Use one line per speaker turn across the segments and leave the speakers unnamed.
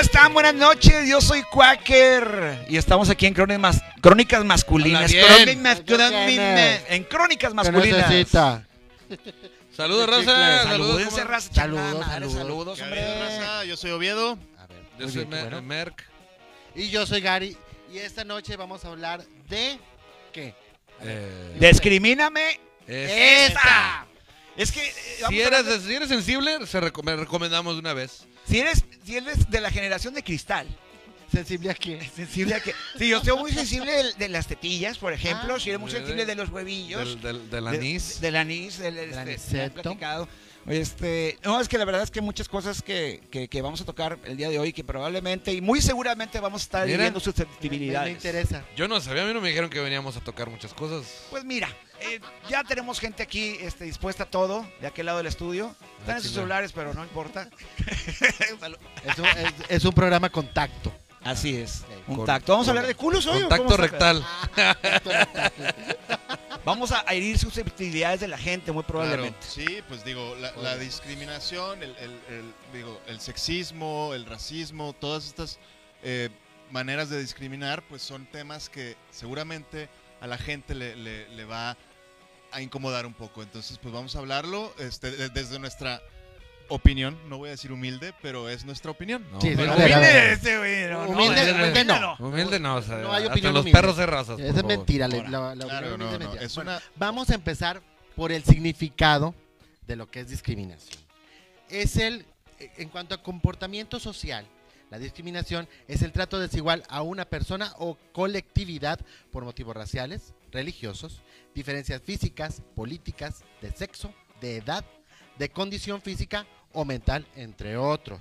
están? Buenas noches, yo soy Quaker y estamos aquí en Crónicas, Mas- Crónicas Masculinas.
Habla
Crónicas
bien.
Masculinas. En Crónicas
¿Qué
Masculinas.
necesita?
Saludos,
Qué
raza.
chicle.
Saludos.
Salúdense,
¿cómo-
raza.
Saludos,
chingada madre,
saludos.
saludos,
¿Qué ha
hombre.
habido, raza? Yo soy Oviedo.
A ver,
Yo
muy
soy
bien,
Mer-
qué bueno.
Merck.
Y yo soy Gary. Y esta noche vamos a hablar de. ¿Qué?
Eh,
Discrimíname
es-
esta. Es que eh, vamos
si,
a hablar de-
eres, si eres sensible, se reco- me recomendamos de una vez.
si eres si eres de la generación de cristal,
¿Sensible a qué?
sensible a que si yo soy muy sensible de, de las tetillas, por ejemplo,
Ah.
si eres muy
De-
sensible de los huevillos,
Del, del, del
De-
anís.
Del anís, del, este, me han
aniseto.
platicado. Este, no, es que la verdad es que muchas cosas que, que- que vamos a tocar el día de hoy que probablemente y muy seguramente vamos a estar
Mira.
viviendo
Me, me
susceptibilidades.
interesa.
Yo no sabía, a mí no me dijeron que veníamos a tocar muchas cosas.
Pues mira, eh, ya tenemos gente aquí este, dispuesta a todo, de aquel lado del estudio. Están en
Ah,
sus
chinga.
celulares, pero no importa. Salud.
Es un, es, es un programa contacto.
Así es. Un
Con-
tacto. Este, Vamos a
con-
hablar de culos hoy. ¿o cómo
Contacto
está?
rectal.
Vamos a a herir susceptibilidades de la gente, muy probablemente.
Claro, sí, pues digo, la, la discriminación, el, el- el- digo, el sexismo, el racismo, todas estas eh, maneras de discriminar, pues son temas que seguramente a la gente le, le- le va a incomodar un poco. Entonces, pues vamos a hablarlo este, de- desde nuestra opinión. No voy a decir humilde, pero es nuestra opinión.
No,
Sí,
pero-
sí, sí.
Humilde este, güey, no, no,
Humilde-
no,
humilde
no.
Humilde no, o sea,
No hay
hasta
opinión
los
humilde.
perros de razas. por
Esa es
favor.
mentira. la-
Ahora.
la- la
Claro,
opinión
no,
es de
no,
mentira.
es
Bueno,
una-
Vamos a empezar por el significado de lo que es discriminación. Es el, en cuanto a comportamiento social, la discriminación es el trato desigual a una persona o colectividad por motivos raciales, religiosos, diferencias físicas, políticas, de sexo, de edad, de condición física o mental, entre otros.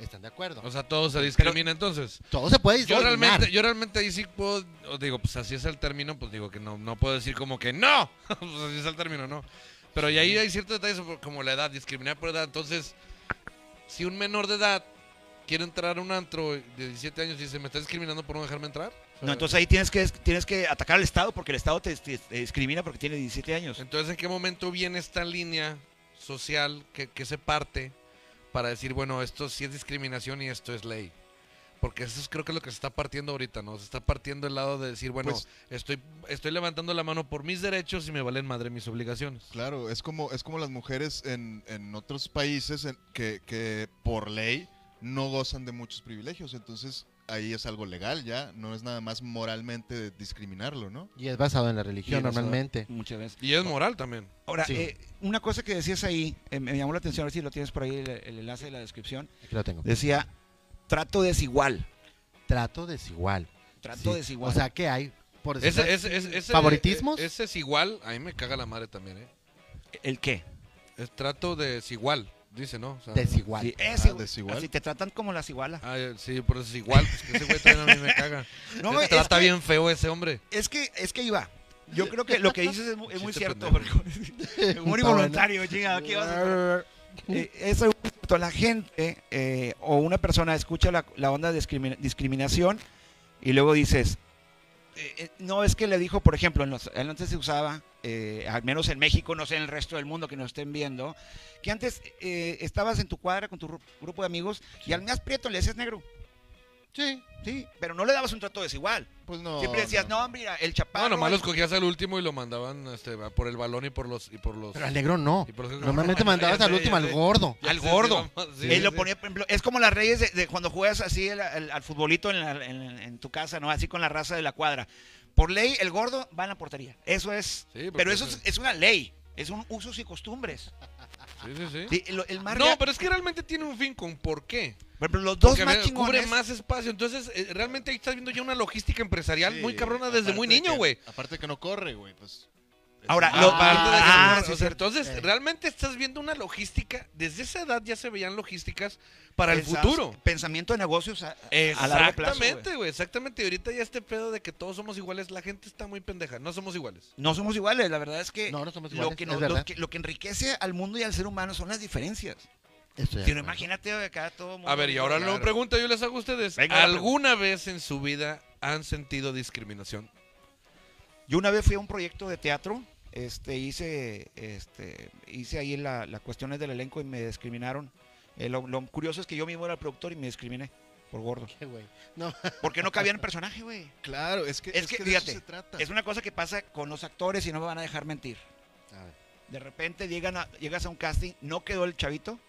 ¿Están de acuerdo?
O sea, todo se discrimina entonces.
Todo se puede
Yo
discriminar.
realmente, yo realmente ahí sí puedo, o digo, pues así es el término, pues digo que no, no puedo decir como que no, pues así es el término, no. Pero y ahí hay ciertos detalles como la edad, discriminar por edad. Entonces, si un menor de edad quiere entrar a un antro de 17 años y dice, me está discriminando por no dejarme entrar. O sea,
No, entonces ahí tienes que, tienes que atacar al Estado porque el Estado te, te- te discrimina porque tiene 17 años.
Entonces, ¿en qué momento viene esta línea social que, que se parte para decir, bueno, esto sí es discriminación y esto es ley? Porque eso es, creo que es lo que se está partiendo ahorita, ¿no? Se está partiendo el lado de decir, bueno,
Pues-
estoy, estoy levantando la mano por mis derechos y me valen madre mis obligaciones.
Claro, es como, es como las mujeres en, en otros países en- que, que por ley no gozan de muchos privilegios. Entonces ahí es algo legal ya, no es nada más moralmente discriminarlo, ¿no?
Y es basado en la religión
Y es basado-
normalmente.
Muchas veces.
Y es moral también.
Ahora,
Sí.
eh, una cosa que decías ahí, eh, me llamó la atención, a ver si lo tienes por ahí el, el enlace de la descripción.
Aquí lo tengo.
Decía, trato desigual.
Trato desigual.
Trato
Sí.
desigual.
O sea, ¿qué hay? Por decir-
Ese, ese- ese- ese-
¿Favoritismos?
eh, Ese es igual, a mí me caga la madre también, ¿eh?
¿el qué?
Es trato desigual, dice, ¿no? O sea,
desigual.
Sí,
Ah,
ese,
desigual.
Así te tratan como las igualas.
ah, eh, sí, por eso es igual, pues que ese güey también a mí me caga.
No,
Se
es
trata
que-
bien feo ese hombre.
Es que, es que iba. Yo creo que lo que dices es muy, es muy
Chiste
cierto.
pendejo.
porque- Humor involuntario, chingado, ¿qué vas a hacer? Eh, eso es cierto. la gente eh, o una persona escucha la, la onda de discrimi- discriminación y luego dices, eh, eh, no es que le dijo, por ejemplo, en los- en- antes se usaba, eh, al menos en México, no sé en el resto del mundo que nos estén viendo, que antes eh, estabas en tu cuadra con tu ru- grupo de amigos y al más prieto le decías negro,
Sí.
sí, pero no le dabas un trato desigual.
Pues no.
Siempre decías, no, mira, el chaparro.
No, nomás
el-
los cogías al último y lo mandaban este, a por el balón y por los. Y por los
Pero al negro no.
y por los-
Normalmente
Ya
mandabas
sé,
al
ya
último, al
sé.
gordo.
Ya
Al
sé,
gordo.
sí, mamá, sí,
Él lo
sí.
ponía, por ejemplo, es como las reyes de, de cuando juegas así el- el- al futbolito en, la- en- en tu casa, ¿no? Así con la raza de la cuadra. Por ley, el gordo va en la portería. Eso es.
Sí, porque
pero eso
es-
es, es una ley. Es un usos y costumbres.
Sí, sí, sí.
Sí, lo- el más
No,
rea-
pero es que realmente tiene un fin con por qué.
por ejemplo, los dos
Porque
más
me- cubre
chingones.
más espacio. Entonces, eh, realmente ahí estás viendo ya una logística empresarial
Sí,
muy cabrona desde
aparte
muy
de
niño,
que-
güey.
Aparte que no corre, güey, pues. es
Ahora,
un-
lo-
Aparte de que-
ah,
o
sí,
sea,
es cierto.
entonces,
Eh.
realmente estás viendo una logística. Desde esa edad ya se veían logísticas para el
pensados-
futuro.
Pensamiento de negocios a, a largo plazo. güey.
Exactamente, güey. Exactamente. Y ahorita ya este pedo de que todos somos iguales, la gente está muy pendeja. No somos iguales.
No somos iguales, la verdad es que.
No, no somos iguales.
lo que,
es
nos-
verdad.
lo, que, lo que enriquece al mundo y al ser humano son las diferencias.
Estoy de
Si no,
acuerdo.
imagínate acá todo mundo.
A ver, y ahora
Claro.
lo pregunta yo les hago a ustedes.
Venga, la
¿Alguna vez en su vida han sentido discriminación?
Yo una vez fui a un proyecto de teatro, este, hice, este, hice ahí las cuestiones del elenco y me discriminaron. Eh, lo, lo curioso es que yo mismo era el productor y me discriminé. por gordos.
Qué güey. No,
Porque no cabían en personaje, güey.
Claro, es que,
Es que,
de
fíjate,
eso se trata.
Es una cosa que pasa con los actores y no me van a dejar mentir.
a ver,
De repente llegan a- llegas a un casting, no quedó el chavito,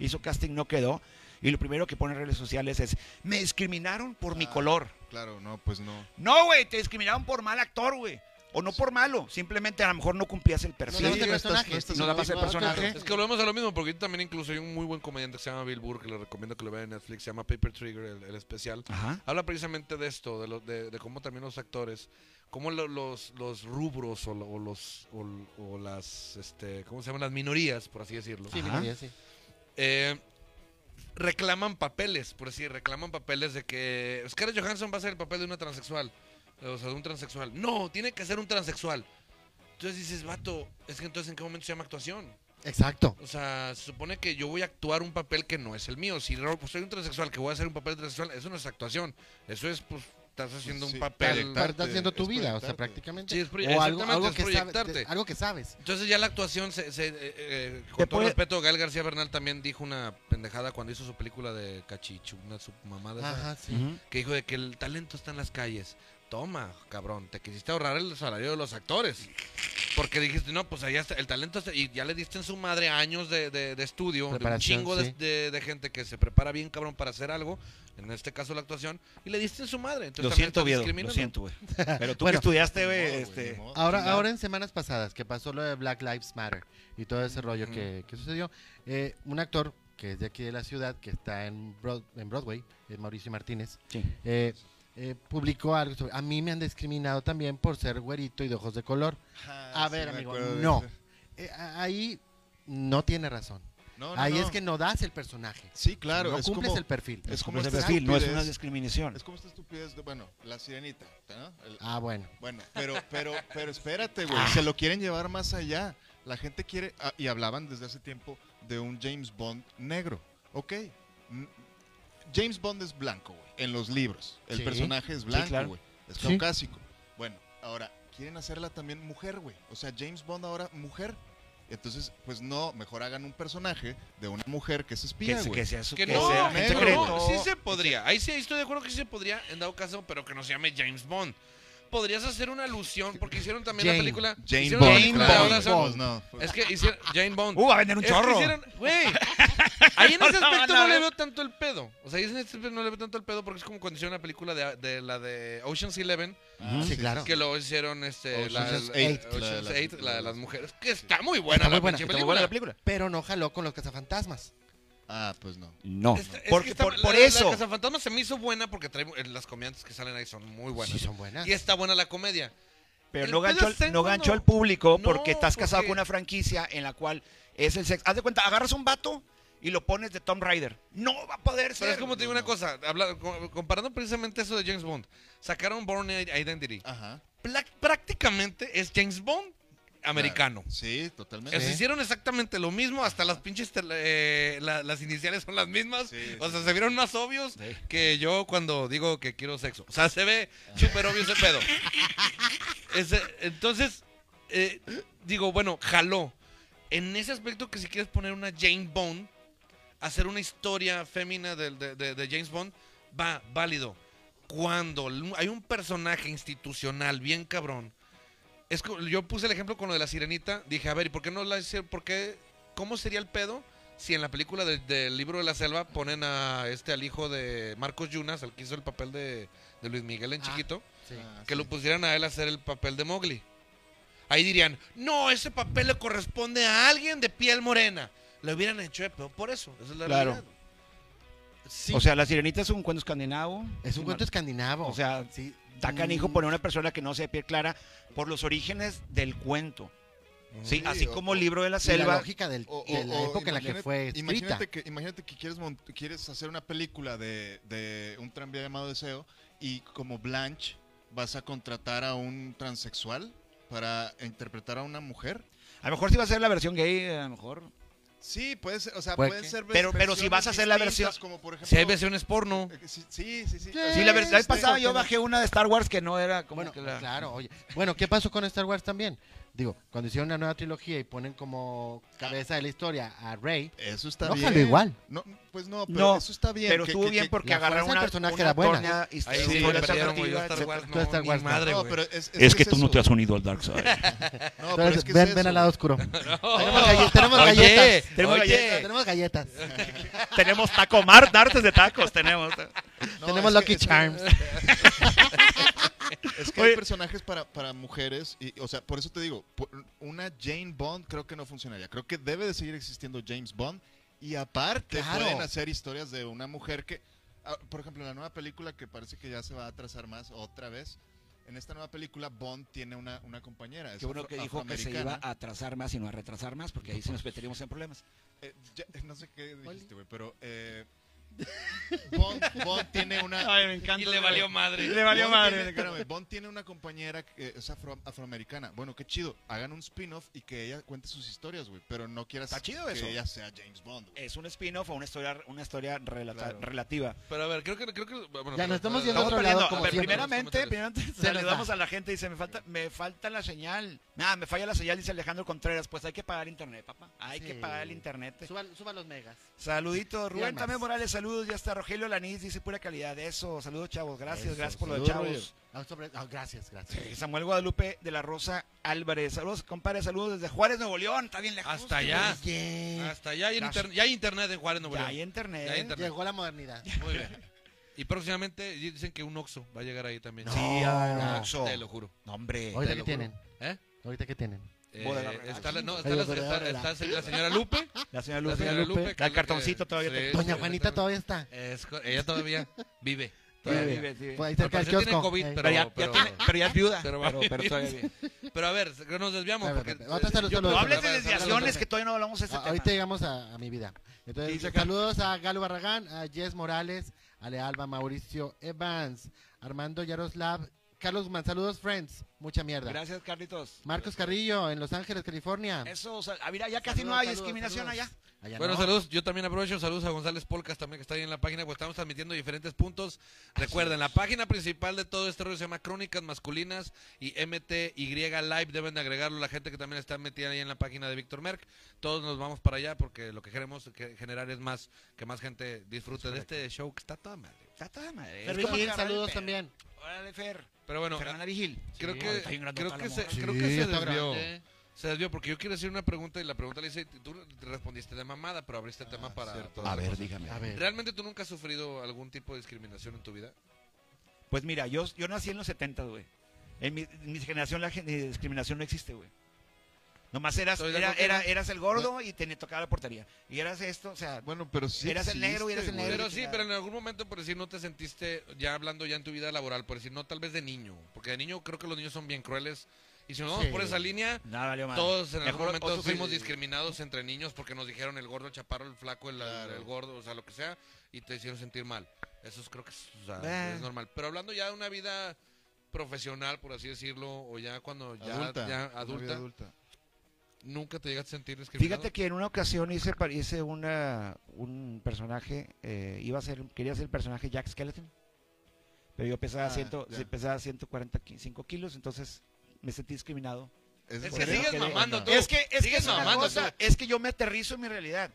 hizo casting, no quedó. Y lo primero que pone en redes sociales es, me discriminaron por mi
Ah.
color.
Claro, no, pues no.
No, güey, te discriminaron por mal actor, güey. O no por malo, simplemente a lo mejor no cumplías el
no
perfil.
nada más
no
el
estás-
personaje.
no estás
No, nada más el
claro,
personaje.
claro.
Es que volvemos a lo mismo, porque yo también incluso hay un muy buen comediante que se llama Bill Burr, que le recomiendo que lo vean en Netflix, se llama Paper Trigger, el, el especial.
Ajá.
Habla precisamente de esto, de, lo- de, de cómo también los actores, cómo lo- los, los rubros o, lo- o los, o, o las, este, ¿cómo se llaman? Las minorías, por así decirlo.
Sí,
Ajá.
minoría, sí.
Eh, reclaman papeles, por decir, reclaman papeles de que Scarlett Johansson va a ser el papel de una transexual, o sea, de un transexual. No, tiene que ser un transexual. Entonces dices, vato, es que entonces en qué momento se llama actuación.
Exacto.
O sea, se supone que yo voy a actuar un papel que no es el mío. Si ro- soy un transexual que voy a hacer un papel transexual, eso no es actuación. Eso es, pues, estás haciendo
Sí,
un
proyectar.
papel.
Proyectarte,
Estás haciendo tu
es
vida, o sea,
proyectarte.
prácticamente.
Sí, es proye-
o algo,
exactamente,
algo
es
que sabes,
proyectarte.
de- algo que sabes.
Entonces ya la actuación se... se, eh, eh,
Te
con todo
puede-
respeto, Gael García Bernal también dijo una pendejada cuando hizo su película de Cachichu, una su mamada. esa,
Ajá, sí.
Ujú.
Que dijo de que el talento está en las calles. Toma, cabrón, te quisiste ahorrar el salario de los actores. Porque dijiste, no, pues allá está, el talento está- y ya le diste en su madre años de, de- de estudio, de un
Preparación,
chingo de,
sí.
de- de gente que se prepara bien, cabrón, para hacer algo, en este caso la actuación, y le diste en su madre. Entonces,
Lo
también
siento,
estás
Viedo, lo
discriminando.
siento, güey. Pero tú que
Bueno,
estudiaste,
Ni
güey,
modo, güey,
este...
ni modo.
Ahora,
Chingado.
ahora en semanas pasadas, que pasó lo de Black Lives Matter y todo ese rollo
Ujú.
que, que sucedió, eh, un actor que es de aquí de la ciudad, que está en, Broad- en Broadway, es Mauricio Martínez,
Sí.
eh, eh, publicó algo sobre, a mí me han discriminado también por ser güerito y de ojos de color.
Ajá,
A ver,
Ah, me
amigo,
acuerdo de
no.
ese.
Eh, a- ahí no tiene razón.
No, no,
ahí
no.
es que no das el personaje.
Sí, claro,
no
es
cumples
como,
el perfil.
es como
Pues el
esta
perfil, no es
estupidez-
una discriminación.
Es como esta estupidez de, bueno, la sirenita, ¿no? El-
Ah, bueno.
Bueno, pero, pero, pero espérate, güey. Se lo quieren llevar más allá. La gente quiere, ah, y hablaban desde hace tiempo de un James Bond negro. Ok. mm, James Bond es blanco, güey. En los libros. El
Sí.
personaje es blanco,
claro.
güey. Es
Sí.
caucásico. Bueno, ahora, quieren hacerla también mujer, güey. O sea, James Bond ahora mujer. Entonces, pues no, mejor hagan un personaje de una mujer que es
que,
espía,
se-
güey.
que sea su
Que
que
no,
sea
que
en
no,
secreto.
sí se podría. Ahí sí estoy de acuerdo que sí se podría, en dado caso, pero que no se llame James Bond. Podrías hacer una alusión, porque hicieron también
Jane.
la película.
Jane
hicieron la
Bond.
película de
claro,
ahora
güey,
son-
pues no, pues-
Es que hicieron Jane Bond.
Uh, va a vender un
Es que
chorro.
hicieron- güey. Ahí en ese
No,
aspecto
no,
no, le
no.
veo tanto el pedo. O sea, ahí en ese aspecto no le veo tanto el pedo porque es como cuando hicieron la película de, de la de Ocean's Eleven,
Ah,
Sí, claro.
que lo hicieron este, la,
Ocean's
la-
Eight.
Ocean's
La de las-
Eight, la de las mujeres, que está muy buena
Está muy
la
buena,
pinche
está muy
película.
Pero no jaló con los cazafantasmas.
Ah, pues no.
No.
Esta- es
Porque
que esta-
por,
la-
por
la-
eso.
La Cazafantasma se me hizo buena porque trae, eh, las comediantes que salen ahí son muy buenas.
Sí, son buenas.
Y está buena la comedia.
pero
el
no ganchó,
pedo está
al,
en
no
cuando-
ganchó al público
No,
porque estás casado
porque-
con una franquicia en la cual es el sexo. Haz de cuenta, agarras un vato y lo pones de Tom Rider. No va a poder ser.
Pero es como te digo una cosa, habla- co- comparando precisamente eso de James Bond, sacaron Born Identity.
Ah.
Ajá.
Pla- prácticamente es James Bond americano.
Claro. Sí,
O
totalmente.
sea,
Sí.
hicieron exactamente lo mismo, hasta las pinches tel- eh, la- las iniciales son las mismas.
Sí,
o
sí,
sea, se vieron más obvios
Sí.
que yo cuando digo que quiero sexo. O sea, se ve súper obvio ese pedo. Ese- entonces, eh, digo, bueno, jaló. En ese aspecto que si quieres poner una Jane Bond, hacer una historia fémina del- de, de- de James Bond, va, válido. Cuando l- hay un personaje institucional bien cabrón, es co- yo puse el ejemplo con lo de la sirenita, dije, a ver, ¿y por qué no la hicieron? ¿Por qué? ¿Cómo sería el pedo si en la película de- del libro de la selva ponen a este, al hijo de Marcos Yunas, al que hizo el papel de, de Luis Miguel en
Ah.
chiquito?
Sí.
Ah,
que
sí.
lo pusieran a él a hacer el papel de Mowgli. Ahí dirían, no, ese papel le corresponde a alguien de piel morena. Lo hubieran hecho de peor por eso. Esa es la
Claro.
realidad. Sí.
O sea, La Sirenita es un cuento escandinavo.
Es un cuento escandinavo.
O sea,
sí.
Está canijo
Mm,
poner una persona que no sea de piel clara por los orígenes del cuento. Sí,
Sí,
así
o-
como
o-
el libro de la
Mm. y
selva.
la lógica del-
O-
de
o-
la
o
época en la que
imagínate-
fue escrita.
Imagínate que, imagínate que quieres, mont- quieres hacer una película de, de un tranvía llamado Deseo y como Blanche vas a contratar a un transexual para interpretar a una mujer.
A lo mejor si vas a hacer la versión gay, a lo mejor.
Sí, puede ser, o sea,
Puede
pueden
que-
ser
Pero- pero si
versiones
vas a hacer la
distintas,
versión-
como por ejemplo,
Si hay versiones porno.
eh, Sí, sí, sí. sí.
Yeah.
Sí, la verdad,
Este,
vez pasada yo bajé una de Star Wars que no era como
Bueno,
que la...
claro, oye. Bueno, ¿qué pasó con Star Wars también? Digo, cuando hicieron una nueva trilogía y ponen como cabeza de la historia a Rey,
Eso está
no
bien.
jaló igual.
No, pues no, pero
No,
eso está bien.
Pero
que-
estuvo
que-
bien
que-
porque
la
agarraron
fuerza del
una,
personaje
una
era buena.
torna hist-
Ahí
su
sí,
fuerza
perdieron, güey. Yo
narrativa,
Star Wars,
etcétera.
Tú
no,
Star
ni
Wars, no.
madre,
No,
güey.
pero es,
Es que
es
tú no
eso.
te has unido al Dark Side.
No, pero es que es
ven, ven
eso.
al lado oscuro.
Oye,
tenemos, galle- tenemos galletas.
tenemos
oye.
galletas,
Tenemos galletas.
Tenemos taco mar, artes de tacos tenemos.
No,
tenemos
es
Lucky
que- es que-
Charms.
Es que
Oye.
hay personajes para, para mujeres, y, o sea, por eso te digo, por- una Jane Bond creo que no funcionaría. Creo que debe de seguir existiendo James Bond. Y aparte
Claro.
pueden hacer historias de una mujer que, ah, por ejemplo, la nueva película que parece que ya se va a atrasar más otra vez. En esta nueva película Bond tiene una, una compañera. es
Qué bueno que
afro-
dijo que se
afroamericana.
iba a atrasar más y no a retrasar más, porque ahí sí nos meteríamos en problemas.
Eh, ya- no sé qué dijiste, güey, pero eh, Bond, Bond tiene una
me encanta.
Y le valió madre.
Le valió
Bond Tiene,
madre.
espérame, Bond tiene una compañera que es afro- afroamericana. Bueno, qué chido. Hagan un spin-off y que ella cuente sus historias, güey. Pero no quieras
Está chido
que
eso.
ella sea James Bond, güey.
Es un spin-off o una historia, una historia relata-
Claro.
relativa.
Pero a ver, creo que. Creo que bueno,
Ya
pero-
nos
pero-
estamos yendo a
Estamos
otro
perdiendo.
lado, como
A ver,
siempre.
primeramente,
Los
primeramente
Se nos
saludamos
va.
a la gente y dice, me falta, me falta la señal. Nada, me falla la señal, dice Alejandro Contreras. Pues hay que pagar internet, papá. Hay que
Sí.
pagar el internet.
Suba, suba los megas.
Saluditos, Rubén
más.
también Morales, saludos, ya está Rogelio Lanís, dice pura calidad, eso, saludos chavos, gracias,
Eso,
gracias por lo de
saludos,
chavos.
Ah, sobre- ah, gracias, gracias.
Sí, Samuel Guadalupe de la Rosa Álvarez, saludos compadre, saludos desde Juárez, Nuevo León, está bien lejos.
Hasta allá.
Ah,
Oye,
Hasta ya hay,
Gracias.
inter- ya hay internet en Juárez, Nuevo
Ya
León.
hay internet.
Ya hay internet.
Llegó la modernidad.
Muy bien. Y próximamente dicen que un Oxxo va a llegar ahí también.
Sí, hay un
No.
Oxxo.
Te lo juro.
No, hombre.
Ahorita
te
que
lo
tienen.
¿Eh?
Ahorita que tienen.
Eh,
Bodega Real.
está la, no,
Ay,
está, la,
Bodega
está-
Real.
está se- la señora Lupe.
La señora
La
Lupe.
señora Lupe. que
Da
es la
cartoncito
que-
todavía, te-
Doña
sí,
Juanita
exactamente.
todavía está.
Es co- ella todavía vive.
Todavía
Todavía.
vive, sí.
Por ahí
Al
cerca del
parecer tiene
kiosco.
COVID,
Eh.
pero, pero, pero,
Pero ya es viuda.
Pero, pero todavía bien.
a ver, que nos desviamos.
A ver,
Porque, eh,
a ver, ahorita se los-
yo-
se los-
No hables de
Pero-
desviaciones que todavía no hablamos de ese
Ah,
tema.
Ahorita llegamos a, a mi vida. Entonces,
Dice acá.
saludos a Galo Barragán, a Jess Morales, a Lealba, Mauricio Evans, Armando Yaroslav, Carlos Guzmán. Saludos, friends. Mucha mierda.
Gracias, Carlitos.
Marcos Carrillo, en Los Ángeles, California.
Eso, o sea, ah, mira, ya casi
Saludos,
no hay
saludos,
discriminación
saludos.
allá.
Allá
Bueno,
no.
saludos. Yo también aprovecho. Saludos a González Polcas también que está ahí en la página. Pues estamos transmitiendo diferentes puntos. Recuerden, la página principal de todo este rollo se llama Crónicas Masculinas y MTY Live. Deben de agregarlo la gente que también está metida ahí en la página de Víctor Merck. Todos nos vamos para allá porque lo que queremos que- generar es más que más gente disfrute de este show que está toda madre.
Está toda madre.
Fer
Es como
Vigil,
agarrar el
saludos
pelo.
también.
Órale, Fer.
Pero bueno, ah,
Fernanda Vigil.
creo
Sí,
que
está bien grandota
creo
la
que se,
morra.
creo que se
está
desvió.
grande.
Se desvió porque yo quiero decir una pregunta y la pregunta le hice, tú respondiste de mamada, pero abriste el tema para...
cierto.
para
A
otra
ver,
cosa.
dígame.
A ver.
¿Realmente tú nunca has sufrido algún tipo de discriminación en tu vida?
Pues mira, yo, yo nací en los 70, güey. En mi, en mi generación la gen- eh, discriminación no existe, güey. Nomás eras,
Estoy de
era,
acuerdo.
era- eras el gordo y te tocaba la portería. Y eras esto, o sea,
Bueno, pero sí.
Eras el negro y eras el
güey.
negro.
Pero sí, pero en algún momento, por decir, no te sentiste, ya hablando ya en tu vida laboral, por decir, no tal vez de niño, porque de niño creo que los niños son bien crueles, y si nos vamos
Sí.
por esa línea,
nada, valió madre.
todos en algún
Mejor o
momento
sufrí-
fuimos discriminados entre niños porque nos dijeron el gordo, el chaparro, el flaco, el, el-
Claro.
el gordo, o sea, lo que sea, y te hicieron sentir mal. Eso es, creo que es, o sea,
Bah.
es normal. Pero hablando ya de una vida profesional, por así decirlo, o ya cuando ya
Adulta.
adulta, ya
Una vida
adulta
adulta.
nunca te llegas a sentir discriminado.
Fíjate que en una ocasión hice, par- hice una, un personaje, eh, iba a ser, quería ser el personaje Jack Skeleton, pero yo pesaba,
Ah,
ciento,
ya.
sí, pesaba 145 kilos, entonces me sentí discriminado.
Es
por
que
eso
sigues
no.
mamando tú.
Es que, es que
Sigues
es una
mamando,
cosa, es que yo me aterrizo en mi realidad.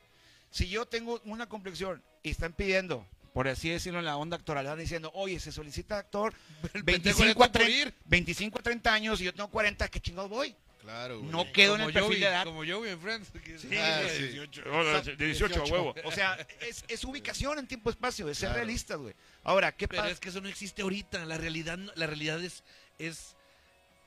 Si yo tengo una complexión y están pidiendo, por así decirlo en la onda actoral, están diciendo, oye, se solicita actor
El pendejo
25 a,
este por
30,
ir.
25 a 30 años y yo tengo 40, ¿qué chingados voy?
Claro, güey.
No quedo en el
Como
perfil
Joey-
de edad.
Como Joey en Friends.
Ah,
güey.
sí.
huevo. O sea, es, es ubicación en tiempo-espacio, es ser
Claro.
realistas, güey. Ahora, ¿qué
Pero
pasa?
es que eso no existe ahorita. La realidad, no- la realidad es, es,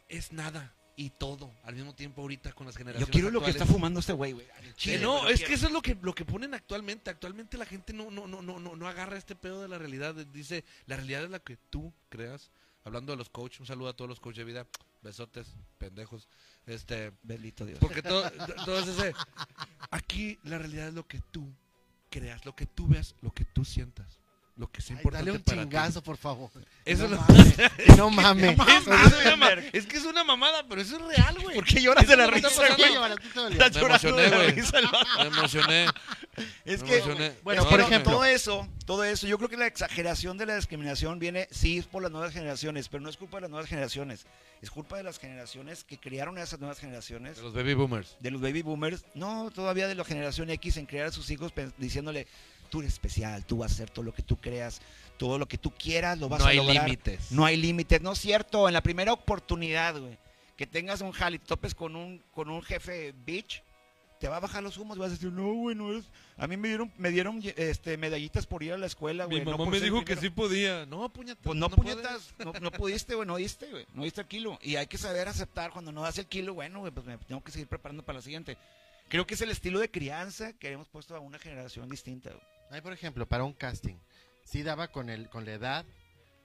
es nada y todo al mismo tiempo ahorita con las generaciones.
Yo quiero lo que está
actuales.
fumando este güey, güey.
Que no, es que eso es lo que, lo que ponen actualmente. Actualmente la gente no, no, no, no, no, no agarra este pedo de la realidad. Dice, la realidad es la que tú creas. Hablando de los coaches, un saludo a todos los coaches de vida. Besotes, pendejos. Este,
Bendito Dios.
porque todo, todo es ese. Aquí la realidad es lo que tú creas, lo que tú veas, lo que tú sientas. lo que es
Ay, dale
importante
un
para ti.
chingazo, por favor.
Eso
no,
lo-
mames, no mames.
Es una ma- Es que es una mamada, pero eso es real, güey.
¿Por qué lloras de la
Eso me está
risa,
pasando,
güey?
yo-
Ahora, tú te dolió.
Estás
Me
llorando
emocioné,
de la
güey.
risa, el vato.
Me emocioné.
Es
me
que,
emocioné.
bueno,
Es
por
que
ejemplo,
no-
todo eso, todo eso, yo creo que la exageración de la discriminación viene, sí, es por las nuevas generaciones, pero no es culpa de las nuevas generaciones, es culpa de las generaciones que crearon a esas nuevas generaciones
De los baby boomers.
de los baby boomers, no, todavía de la generación X en crear a sus hijos pen- diciéndole, tú eres especial, tú vas a hacer todo lo que tú creas, todo lo que tú quieras lo vas
No
a
hay
lograr.
límites.
No hay límites, no es cierto, en la primera oportunidad, güey, que tengas un jale y te topes con un, con un jefe bitch, te va a bajar los humos y vas a decir, no, güey, no eres... A mí me dieron, me dieron este, medallitas por ir a la escuela,
Mi
güey. no
mamá
por
me
ser
dijo
el
que
primero".
sí podía. No, puñetas.
Pues no,
puedes.
puñetas, no, no pudiste, güey, no diste, güey, no diste el kilo. Y hay que saber aceptar cuando no das el kilo, bueno, güey, pues me tengo que seguir preparando para la siguiente. Creo que es el estilo de crianza que hemos puesto a una generación distinta. güey.
Ahí, por ejemplo, para un casting, sí daba con, el, con la edad,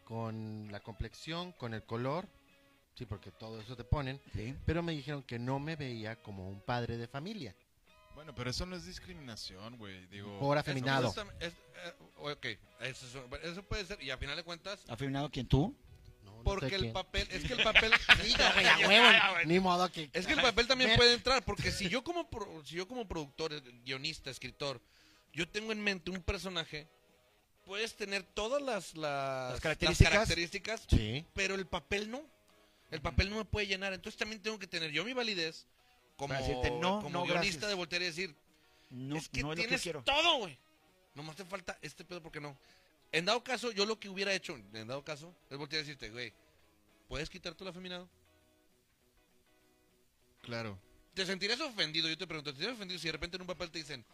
con la complexión, con el color, sí, porque todo eso te ponen, pero me dijeron que no me veía como un padre de familia.
Bueno, pero eso no es discriminación, güey. Digo,
Por
Eso,
afeminado.
eso está- es- eh, ok, eso, es- eso puede ser. Y a final de cuentas,
¿Afirmado quién tú?
No, no sé
porque el
quién.
papel. Es que el papel.
Digo, güey, a huevo, Ni modo que.
Es que el papel también
Ver.
puede entrar, porque si yo como pro- si yo como productor, eh, guionista, escritor, yo tengo en mente un personaje, puedes tener todas las las,
Las características.
características,
Sí.
pero el papel no. El papel no me puede llenar, entonces también tengo que tener yo mi validez como,
Para decirte, no,
como
no,
guionista
gracias.
de voltear y decir,
No,
es que
no es lo que
tienes
quiero.
todo, güey. Nomás te falta este pedo porque no. En dado caso, yo lo que hubiera hecho, en dado caso, es voltear y decirte, güey, ¿puedes quitarte lo afeminado?
Claro.
¿Te sentirás ofendido? Yo te pregunto, ¿te sentirás ofendido si de repente en un papel te dicen,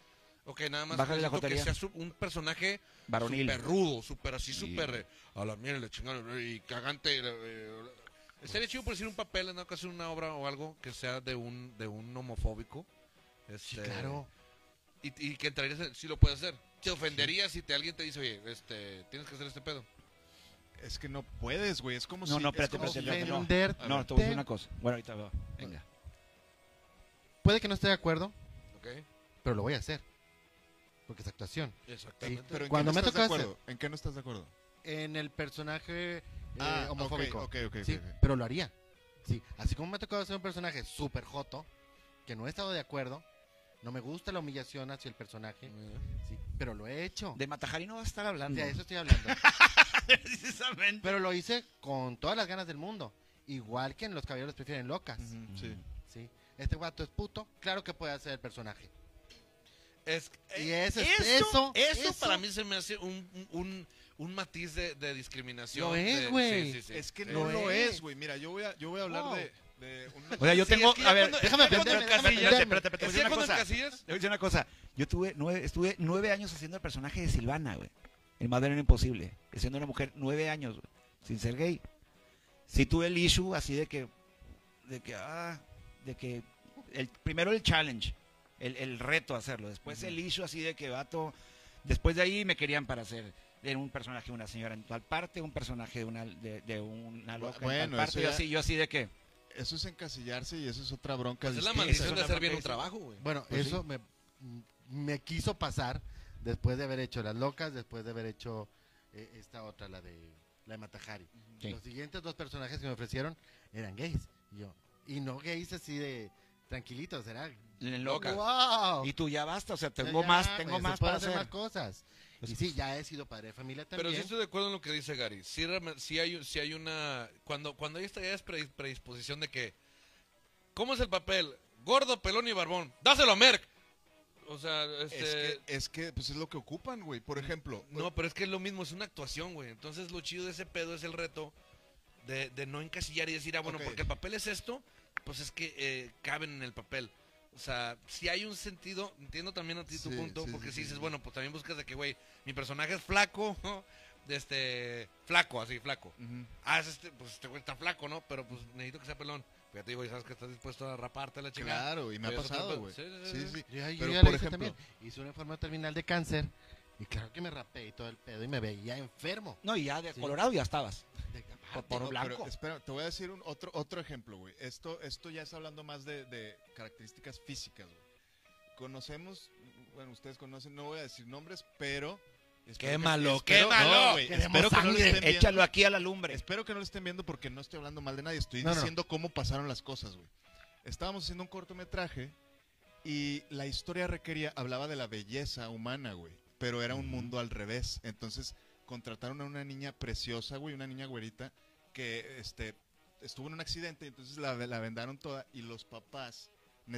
ok, nada más
Bájale la
necesito que
jotería.
seas un- un personaje
Varonil.
súper rudo, súper así, súper eh, a la miel, le chingaron, y cagante. eh, estaría chido por decir un papel, en ocasión una obra o algo que sea de un, de un homofóbico.
Sí,
este,
claro.
Y, y que entrarías, en- si lo puedes hacer. ¿Te ofenderías si te, alguien te dice, oye, este, tienes que hacer este pedo?
Es que no puedes, güey. Es como
No,
si.
no,
es
espérate,
como
espérate,
si-
espérate, no.
Defender-
A
No,
ver.
te voy a decir una cosa. Bueno, ahorita veo. Venga.
Puede que no esté de acuerdo,
¿Ok?
pero lo voy a hacer. Porque es actuación.
Exactamente.
Pero ¿en
Cuando
qué
me
no estás de
tocaste-
acuerdo?
eh,
¿En qué no estás de acuerdo?
En el personaje eh,
Ah, ok,
homofóbico.
ok, ok,
Sí,
ok, ok.
pero lo haría. Sí, así como me ha tocado ser un personaje súper joto, que no he estado de acuerdo, no me gusta la humillación hacia el personaje, sí, pero lo he
Oh.
hecho.
De Matajari no va a estar hablando.
De eso estoy hablando.
Precisamente.
pero lo hice con todas las ganas del mundo. Igual que en Los Caballeros Prefieren Locas.
Sí.
¿sí? Este guato es puto, claro que puede hacer el personaje.
Es,
Y
eh,
eso
eso,
es- eso-
eso,
eso-
para mí se me hace un, un- un, un matiz de, de discriminación.
Lo es,
de-
güey.
Es que
Sí. Eh,
no lo
es.
es, Pues, güey. Mira, yo voy a, yo voy a hablar
Wow.
de, de un-
O sea, yo
Sí,
tengo.
es que ya
a ver,
cuando-
Déjame
ya cuando
aprenderme, déjame
encasillas-
espérate, espérate, espérate, te voy a
¿Es
decir
ya
una
cuando
cosa.
encasillas?
Le voy a decir una cosa. Yo tuve nueve, estuve nueve años haciendo el personaje de Silvana, güey. El Madre era imposible. Siendo una mujer nueve años, güey, sin ser gay. Sí tuve el issue así de que, de que, ah, de que, el, primero el challenge, el, el reto a hacerlo. Después el issue así de que, vato, después de ahí me querían para hacer de un personaje de una señora en tal parte, un personaje de una, de, de una loca en
Bueno,
tal
eso
parte. Yo
ya-
así, yo así de que,
Eso es encasillarse y eso es otra bronca.
Pues es la
distinta.
maldición
Esa
de
es
hacer
una
bien un
cosa.
trabajo, güey.
Bueno,
Pues
eso me, me quiso pasar después de haber hecho Las Locas, después de haber hecho eh, esta otra, la de la de Matajari.
Sí.
Los siguientes dos personajes que me ofrecieron eran gays. Y yo, y no gays así de tranquilitos, era
loca.
wow.
Y tú ya basta, o sea,
Oh. Ya,
tengo
ya,
más, tengo
pues,
más
se puede
para hacer. Pues
más cosas. Y sí, ya he sido padre de familia
Pero
también.
sí estoy de acuerdo en lo que dice Gary. Sí, realme- sí hay, sí hay una... Cuando, cuando hay esta idea de predis- predisposición de que... ¿Cómo es el papel? Gordo, pelón y barbón. ¡Dáselo a Merck! O sea, este...
Es que, es que, pues es lo que ocupan, güey. Por ejemplo, pues,
No, pero es que es lo mismo, es una actuación, güey. Entonces lo chido de ese pedo es el reto de, de no encasillar y decir, ah, bueno,
Ok.
porque el papel es esto, pues es que eh, caben en el papel. O sea, si hay un sentido, entiendo también a ti tu
Sí,
punto,
sí,
porque
sí,
si
sí,
dices,
sí.
bueno, pues también buscas de que, güey, mi personaje es flaco, de este, flaco, así, flaco.
ujú.
Ah, es este, pues este güey está flaco, ¿no? Pero pues necesito que sea pelón. Fíjate, güey, sabes que estás dispuesto a raparte la chingada.
claro, y me ha
Pero eso
pasado,
tampoco-
güey.
sí,
Sí,
sí, sí,
sí.
sí.
Yo, yo
Pero,
ya
por
lo hice
ejemplo-
también. Hice un enfermo terminal de cáncer. Y claro que me rapé y todo el pedo y me veía enfermo.
No, y ya de
Sí.
Colorado ya estabas.
De-
Por, por
No,
blanco.
pero espera, te voy a decir un otro, otro ejemplo, güey. Esto, esto ya está hablando más de, de características físicas, güey. Conocemos, bueno, ustedes conocen, no voy a decir nombres, pero Espero que-
Quémalo,
espero-
quémalo.
no, güey, eh, espero que no lo estén viendo.
Échalo aquí a la lumbre.
Espero que no lo estén viendo porque no estoy hablando mal de nadie. Estoy
No, no, no.
diciendo cómo pasaron las cosas, güey. Estábamos haciendo un cortometraje y la historia requería, hablaba de la belleza humana, güey. Pero era un mundo al revés. Entonces contrataron a una niña preciosa, güey, una niña güerita, que este, estuvo en un accidente y entonces la, la vendaron toda y los papás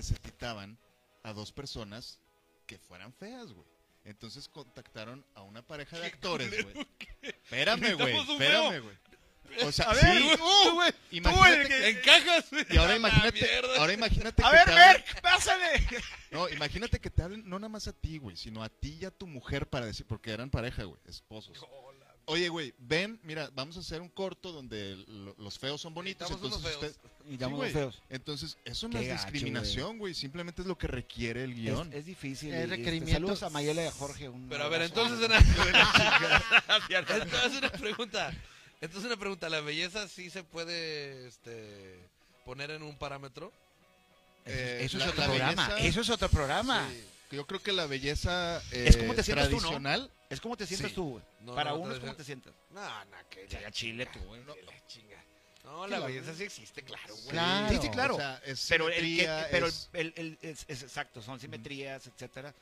necesitaban a dos personas que fueran feas, güey. Entonces contactaron a una pareja de actores, güey. Espérame, güey.
Necesitamos un
Espérame,
feo.
güey. O sea,
A ver,
sí,
güey, tú, güey,
imagínate que-
Encajas, güey.
y ahora
A la
imagínate,
mierda.
ahora imagínate
A
que
ver,
te hablen-
Merck, pásale.
no, imagínate que te hablen no nada más a ti, güey, sino a ti y a tu mujer para decir porque eran pareja, güey, esposos. Oye, güey, ven, mira, vamos a hacer un corto donde lo- los feos son bonitos,
Necesitamos
entonces
unos feos.
usted-
Y
Sí,
llamamos
güey.
feos.
entonces eso no
Qué
es
gacho,
discriminación, güey, simplemente es lo que requiere el
Es,
guión.
es difícil.
Es
y, este,
requerimiento.
Saludos a Mayela y a Jorge. un
Pero a ver,
abrazo.
entonces una... entonces una pregunta. Entonces una pregunta, ¿la belleza sí se puede este, poner en un parámetro?
Eh,
Eso es
la-
otro
la
programa.
belleza-
Eso es otro programa.
Sí, Yo creo que la belleza eh,
Es como te sientas tú, ¿no?
tradicional
Es como te sientas
Sí.
tú, güey.
No,
Para
no,
uno es
tradicional.
como te sientas.
No, no, que
Chaga chile tú, ¿eh? güey.
No, la chinga. No, la
la-
belleza Pues sí existe, claro, güey.
Claro.
Sí, sí, claro.
O sea, es
Pero el que,
simetría,
pero
es-
el, el- el- es, es exacto, son simetrías, etcétera.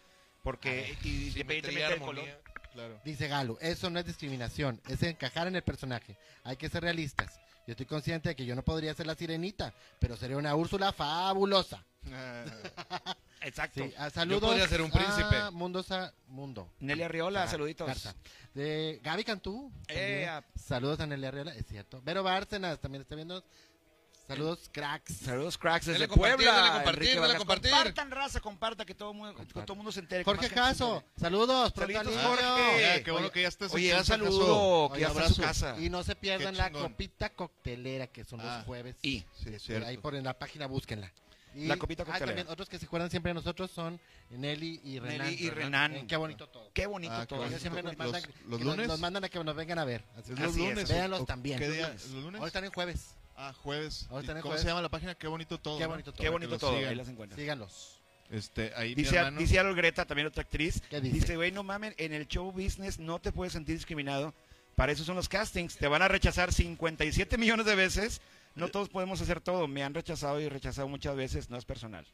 Porque y
Simetría,
independientemente del color.
armonía.
claro.
Dice Galo, eso no es discriminación, es encajar en el personaje. Hay que ser realistas. Yo estoy consciente de que yo no podría ser la sirenita, pero sería una Úrsula fabulosa.
Ah,
Exacto.
Sí, ah, saludos.
podría ser un
a
príncipe.
Mundo sa- mundo.
Nelly Arriola,
Ajá,
saluditos.
Garza. De Gaby Cantú.
Eh,
también.
a-
Saludos a Nelly Arriola, es cierto. Vero Bárcenas también está viendo.
Eh,
Saludos, cracks.
Saludos, cracks desde
Dale compartir,
Puebla.
dale compartir,
Enrique
dale
Vargas.
compartir.
Compartan raza, comparta que todo mundo, que
Compartan.
todo mundo se entere.
Jorge
que más gente
Caso,
se
saludos. pronto
Saluditos,
alivio.
Jorge.
ah, qué bueno
Oye,
que ya estás en
entere. Oye, un
casa, Caso.
saludo, que
Oye,
ya está en su
abrazo.
casa.
Y no se pierdan la
chingón.
copita coctelera que son
Ah.
los jueves.
Y
Sí,
Este,
cierto.
ahí por en la página búsquenla. Y-
La copita
ah,
coctelera.
también otros que se acuerdan siempre de nosotros son Nelly y Renan.
Nelly y Renan.
Eh, qué bonito todo.
qué bonito
Ah, qué
todo.
bonito.
Ellos siempre nos
Los-
mandan,
los
que nos-
lunes.
nos mandan a que nos vengan a ver. Así
¿Es
que
los
Así es,
lunes?
véanlos
¿O-
también.
¿Qué día?
Lunes.
¿Los lunes?
Hoy están en jueves.
Ah, jueves.
Ahora
¿Y
están en
¿Cómo
jueves.
se llama la página? Qué bonito todo.
Qué
¿no?
bonito todo.
Qué
que
bonito
lo
todo.
sigan.
Ahí las encuentran.
Síganlos.
Este, ahí mi
Dice, a-
hermano.
dice Aro Greta, también otra actriz.
¿Qué dice?
Dice, güey, no mamen, en el show business no te puedes sentir discriminado. Para eso son los castings. Te van a rechazar 57 millones de veces. No todos podemos hacer todo. Me han rechazado y rechazado muchas veces. No es personal.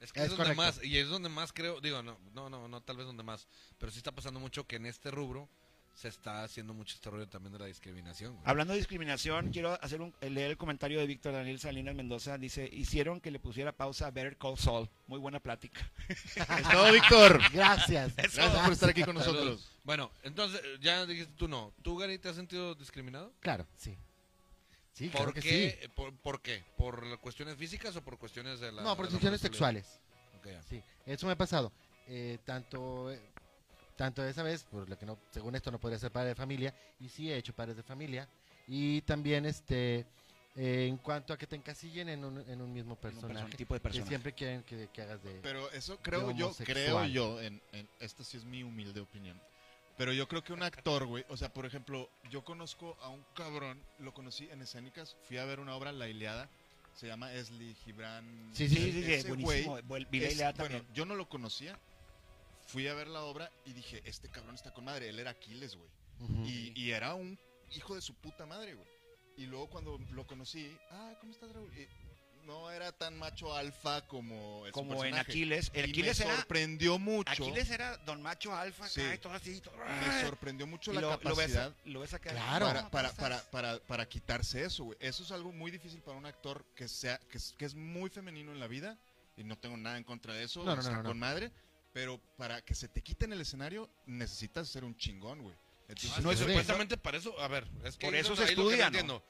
Es que
Es
es, donde
correcto.
más, y es donde más creo, digo, no, no, no, no, tal vez donde más, pero sí está pasando mucho que en este rubro se está haciendo mucho este rollo también de la discriminación. güey.
Hablando de discriminación, quiero hacer un, leer el comentario de Víctor Daniel Salinas Mendoza. Dice, hicieron que le pusiera pausa a Better Call Saul. Muy buena plática.
Es todo, Víctor.
Gracias.
Gracias por estar aquí con
Saludos.
nosotros.
Bueno, entonces, eh, ya dijiste tú no. ¿Tú, Gary, te has sentido discriminado?
Claro, sí. Sí,
¿Por
claro que
qué?
sí.
Eh, Por, por qué? ¿Por cuestiones físicas o por cuestiones de la...
No, por
de la
decisiones
homosexualidad?
sexuales.
Ok, ya.
Sí, eso me ha pasado. Eh, tanto, eh, tanto esa vez, por lo que no, según esto no podría ser padre de familia, y sí he hecho padres de familia. Y también, este, eh, en cuanto a que te encasillen en un, en un mismo
Un
personaje,
person- tipo de
que
persona.
siempre quieren que, que hagas de...
Pero eso creo
De
yo,
homosexual.
creo yo, en, en- esta sí es mi humilde opinión. Pero yo creo que un actor, güey, o sea, por ejemplo, yo conozco a un cabrón, lo conocí en escénicas, fui a ver una obra, La Iliada, se llama Esli Gibran.
Sí,
Sí, sí, sí,
Ese güey
buenísimo. Vuel- vi la
es-
idea
bueno,
también.
yo no lo conocía, fui a ver la obra y dije, este cabrón está con madre, él era Aquiles, güey.
Mm.
Ujú.
Y, y era un hijo de su puta madre, güey. Y luego cuando lo conocí, ah, ¿cómo estás, Raúl? Y no era tan macho alfa como es un
Como en
personaje.
Aquiles. El
Y
Aquiles
me
era...
sorprendió mucho.
Aquiles era Don Macho Alfa,
Sí.
acá, y todo así. todo-
Me sorprendió mucho
Y
la
lo, lo ves,
capacidad
lo ves acá.
Claro.
para,
No,
para,
pues,
para, para, para quitarse eso, güey. Eso es algo muy difícil para un actor que sea que es, que es muy femenino en la vida y no tengo nada en contra de eso,
No, no,
está
no, no,
con madre, pero para que se te quite en el escenario necesitas ser un chingón, güey. Entonces,
No,
es
eso-
supuestamente para eso, a ver, es que
Por
ahí
eso
es
se
ahí lo que
estudia,
no
¿no?
entiendo.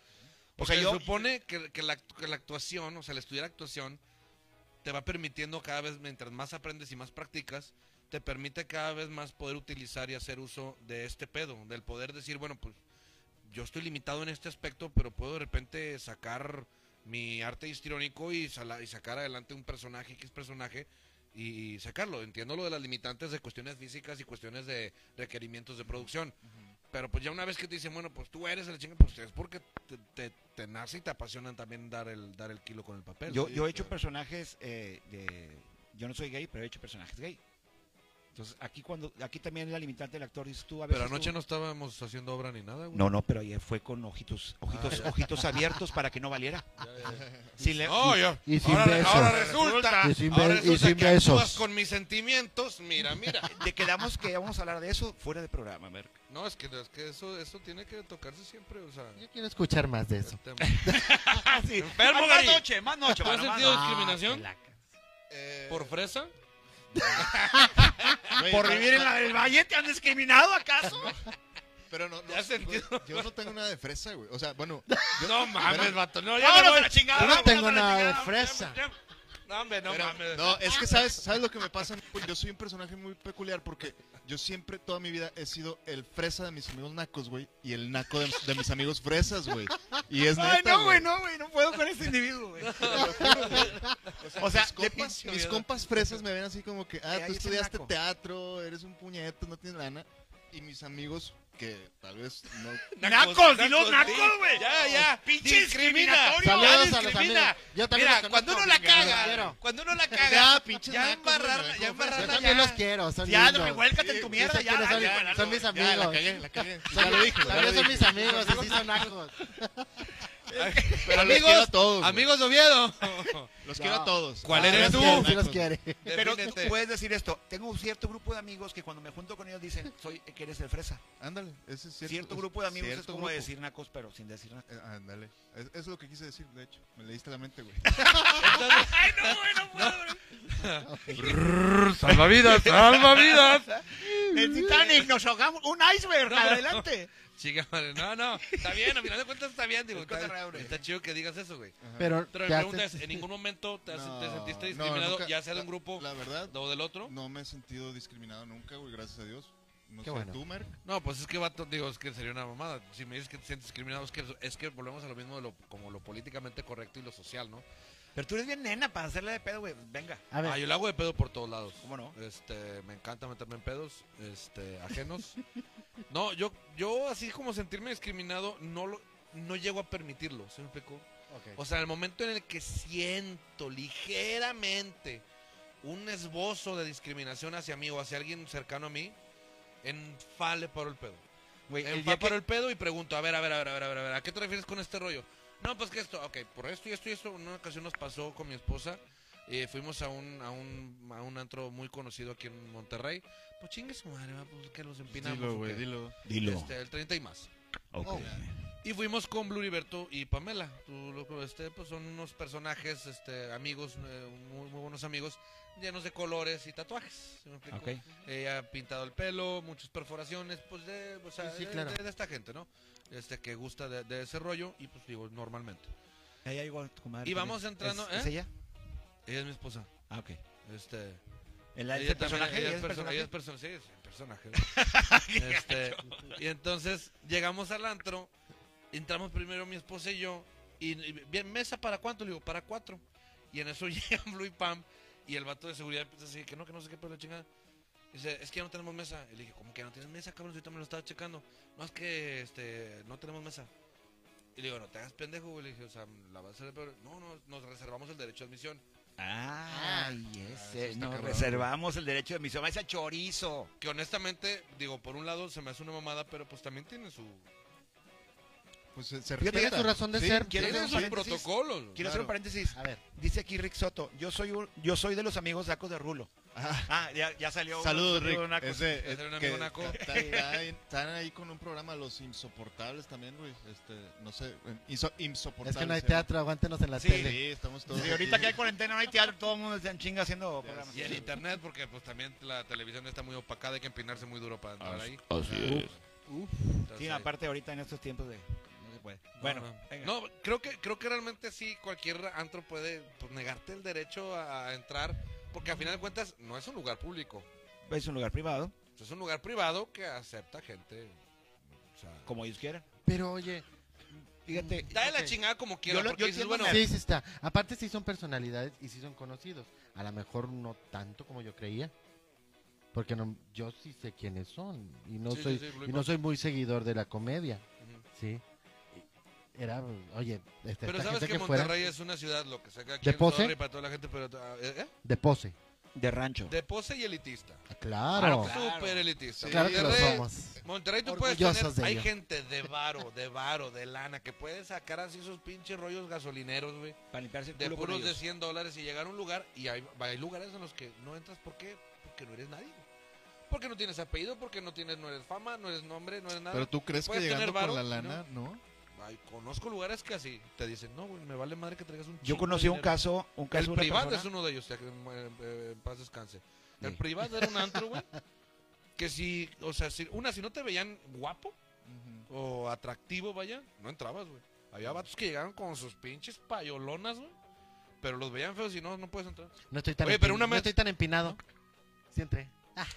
O
O
sea,
sea,
yo-
se supone que, que la, act- que la actuación, o sea, el estudiar actuación, te va permitiendo cada vez, mientras más aprendes y más practicas, te permite cada vez más poder utilizar y hacer uso de este pedo, del poder decir, bueno, pues yo estoy limitado en este aspecto, pero puedo de repente sacar mi arte histriónico y, sala- y sacar adelante un personaje, X personaje, y sacarlo. Entiendo lo de las limitantes de cuestiones físicas y cuestiones de requerimientos de producción. Pero pues ya una vez que te dicen, bueno, pues tú eres el chingo, pues es porque te, te- te nace y te apasionan también dar el, dar el kilo con el papel.
Yo,
Sí,
yo he hecho
claro.
personajes eh, de... Yo no soy gay, pero he hecho personajes gay. Entonces, aquí cuando aquí también la limitante del actor dices tú a veces
Pero anoche
tú-
no estábamos haciendo obra ni nada, güey.
No, no, pero ayer fue con ojitos ojitos ojitos abiertos para que no valiera. Si le-
No, yo.
Y sin
ahora,
besos.
ahora resulta,
Y sin be-
ahora
y
resulta
sin
que
besos.
actúas con mis sentimientos. Mira, mira.
de quedamos que vamos a hablar de eso fuera de programa, a ver.
No, es que, es que eso, eso tiene que tocarse siempre, o sea.
Yo quiero escuchar más de eso.
este-
Más,
Enfermo,
más
Gary.
noche, más noche,
¿Tú has
mano, más
sentido
noche.
discriminación?
Ah,
Eh,
¿Por fresa?
güey,
Por
pero-
vivir en la del Valle te han discriminado acaso?
Pero no, no,
¿Ya has sentido?
güey, yo no tengo nada de fresa, güey. O sea, bueno,
No
Ah,
mames,
Pero-
vato. No, ya me
Vámonos a
voy.
la chingada.
Yo no
vámonos
tengo
a la
nada de
chingada,
fresa.
vámonos,
No, hombre, no
Pero-
mames.
no, es que sabes, sabes lo que me pasa. a mí? Pues, Yo soy un personaje muy peculiar porque yo siempre, toda mi vida, he sido el fresa de mis amigos nacos, güey, y el naco de, de mis amigos fresas, güey. Y es neta,
Ay, no, güey, no, güey, no puedo con este individuo, güey.
O sea,
de
mis compas, mis compas fresas me ven así como que,
Eh,
ah,
ahí
tú
es el
estudiaste
naco.
teatro, eres un puñeto, no tienes lana. Y mis amigos, que tal vez no...
Nacos, dilo nacos,
sí.
güey.
Ya, ya.
Pinche discriminatorio.
Saludos
Ya
a los
discrimina.
amigos. Yo también
Mira,
los conozco.
cuando uno la caga,
Quiero.
cuando uno la caga,
Ya, pinches
ya
nacos, güey, me
embarrarla,
ven
ya
como fresa.
Yo
embarrarla,
también los quiero. Son
Ya,
lindos.
revuélcate en tu mierda,
Dicen que
ya,
no son-
dale, güey,
son mis
dale.
Ya, la
amigos.
cagué, la cagué. Ya
Son-
lo dije, ya lo
También son
dije.
mis amigos, así son nacos.
Pero los
Amigos,
quiero a todos. güey.
Amigos de Oviedo.
Los
Ya.
quiero a todos.
¿Cuál
Ah,
eres
sí
tú?
los quiere, sí los quiere.
Pero tú
Defínete.
puedes decir esto. Tengo un cierto grupo de amigos que cuando me junto con ellos dicen, soy que eres el fresa.
Ándale, ese es cierto.
Cierto, grupo de amigos es
cierto
como
grupo.
decir nacos, pero sin decir nada.
Eh, Ándale. Es, es lo que quise decir, de hecho. Me leíste la mente, güey.
Ay, no, güey, no puedo.
Salva vidas, salva vidas.
El Titanic, nos ahogamos. Un iceberg, adelante.
Chica madre, no, no, está bien, al final de cuentas está bien, digo,
Está
está,
raro, güey.
está chido que digas eso, güey.
Pero
Pero
te
mi
hace-
pregunta es, ¿en ningún momento te, has- te
No,
sentiste
no,
discriminado,
nunca.
ya sea de
La-
un grupo
La verdad,
o del otro?
no me he sentido discriminado nunca, güey, gracias a Dios. No
Qué
sé,
bueno.
tú, Merck.
No, pues es que vato, digo, es que sería una mamada. Si me dices que te sientes discriminado, es que, es que volvemos a lo mismo de lo, como lo políticamente correcto y lo social, ¿no?
Pero tú eres bien nena para hacerle de pedo, güey. Venga.
A
Ah,
ver,
yo le hago de pedo por todos lados.
¿Cómo no?
Este, me encanta meterme en pedos, este, ajenos. No, yo, yo así como sentirme discriminado, no lo, no llego a permitirlo, ¿se me explicó?
ok.
O sea, el momento en el que siento ligeramente un esbozo de discriminación hacia mí o hacia alguien cercano a mí, en fa le paro el pedo.
Güey,
En
el
fa
día
paro
que...
el pedo y pregunto, a ver, a ver, a ver, a ver, a ver, a ver, ¿a qué te refieres con este rollo? No, pues que esto, ok, por esto y esto y esto, en una ocasión nos pasó con mi esposa, eh, fuimos a un, a, un, a un antro muy conocido aquí en Monterrey, pues chingue su madre, va, pues que los empinamos. ¿o qué?
dilo.
Dilo.
Este, el 30 y más.
Ok.
Y fuimos con Bluriberto y Pamela. Tú, loco, este, pues son unos personajes, este, amigos, eh, muy, muy buenos amigos, llenos de colores y tatuajes. ¿sí me explico?
Ok.
Ella ha pintado el pelo, muchas perforaciones, pues de, o sea,
Sí, sí,
de-
claro.
de, de esta gente, ¿no? Este que gusta de, de ese rollo y pues digo, normalmente.
Ahí hay igual tu comadre.
Y vamos
también.
entrando,
¿Es, ¿Es
¿eh?
ella?
Ella es mi esposa.
Ah, ok.
Este,
El,
ella
el
también-
personaje,
ella
ella
es
es
perso-
personaje.
ella es perso- sí, es un personaje. ¿no? Este, y entonces llegamos al antro, entramos primero mi esposa y yo, y, y bien, ¿mesa para cuánto? Le digo, para cuatro. Y en eso llegan Blue y Pam, y el vato de seguridad empieza a decir que no, que no sé qué, pero la chingada. Dice, es que ya no tenemos mesa. Y le dije, ¿cómo que no tienes mesa, cabrón? Si ahorita me lo estaba checando. No, es que este, no tenemos mesa. Y le digo, no te hagas pendejo, güey. Le dije, o sea, la vas a hacer peor. No, no, nos reservamos el derecho de admisión.
Ay,
Ah,
ese.
eso está
Nos
cabrón.
reservamos el derecho de emisión. Ese chorizo.
Que honestamente, digo, por un lado se me hace una mamada, pero pues también tiene su...
Pues se, se
Tiene
respeta.
su razón de ser.
¿Quiero
Tiene
hacer un
sus
paréntesis?
protocolos.
Quiero hacer un
Claro.
paréntesis.
A ver,
Dice aquí Rick Soto, yo soy un- yo soy de los amigos nacos de Rulo.
Ah,
Ah, ya, ya salió. uno,
Saludos,
salió
Rick.
un naco.
Ese,
Ese era un
que-
amigo naco.
está- está ahí- Están ahí con un programa, Los Insoportables también, güey. Este, no sé, en- inso- Insoportables.
es que no hay
se llama.
teatro, aguántenos en la
Sí.
tele.
Sí, estamos todos.
Sí, ahorita
aquí.
que hay cuarentena, no hay teatro, todo el mundo está en chinga haciendo
Ya
programas.
Y el internet, porque pues también la televisión está muy opacada, hay que empinarse muy duro para entrar ahí. Entonces,
Sí,
ahí-
aparte ahorita en estos tiempos de... No se puede.
no,
bueno,
no.
venga.
No, creo que creo que realmente sí cualquier antro puede pues, negarte el derecho a, a entrar, porque al final de cuentas no es un lugar público,
es un lugar privado,
O sea, es un lugar privado que acepta gente. O sea,
como ellos quieran.
Pero oye,
Fíjate,
dale la
Ok.
chingada como quiera,
Yo lo-
porque
yo
dices,
entiendo
bueno,
una-
Sí, sí está. Aparte sí son personalidades y sí son conocidos. A lo mejor no tanto como yo creía. Porque no, yo sí sé quiénes son y no
Sí, sí,
soy
sí, Blue
y no
Box.
soy muy seguidor de la comedia,
ujú.
sí. Era, oye, este,
pero
esta
sabes
gente
que
que fuera
Monterrey es una ciudad, lo que saca aquí
¿De
en Monterrey
pose?
para toda la gente, pero... ah, ¿eh?
de pose.
de rancho.
De pose y elitista. Ah,
Claro.
Súper elitista.
Sí.
Claro que lo
Monterrey-
somos.
Monterrey tú puedes tener,
Orgullosos de
hay
ello.
gente de varo, de varo, de lana, que puede sacar así esos pinches rollos gasolineros, güey,
Para limpiarse el
de
culo con
puros de
ellos.
100 dólares y llegar a un lugar y hay, hay lugares en los que no entras, ¿por qué? Porque no eres nadie. Porque no tienes apellido, porque no tienes, no eres fama, no eres nombre, no eres nada.
Pero tú crees que
Puedes tener
llegando
varo,
con la
¿no?
lana, ¿no?
Ay, conozco lugares que así te dicen, no, güey, me vale madre que traigas un
Yo
chingo
conocí
de
un
dinero".
caso, un caso de
El
una
privado
persona-
es uno de ellos, ya que eh, eh, en paz descanse. El
Sí.
privado era un antro, güey. Que si, o sea, si, una, si no te veían guapo
Ujú.
o atractivo, vaya, no entrabas, güey. Había vatos que llegaron con sus pinches payolonas, güey. Pero los veían feos y no, no puedes entrar.
No estoy tan,
Oye, pero
empin-
una
no
vez-
estoy tan empinado. Sí entré.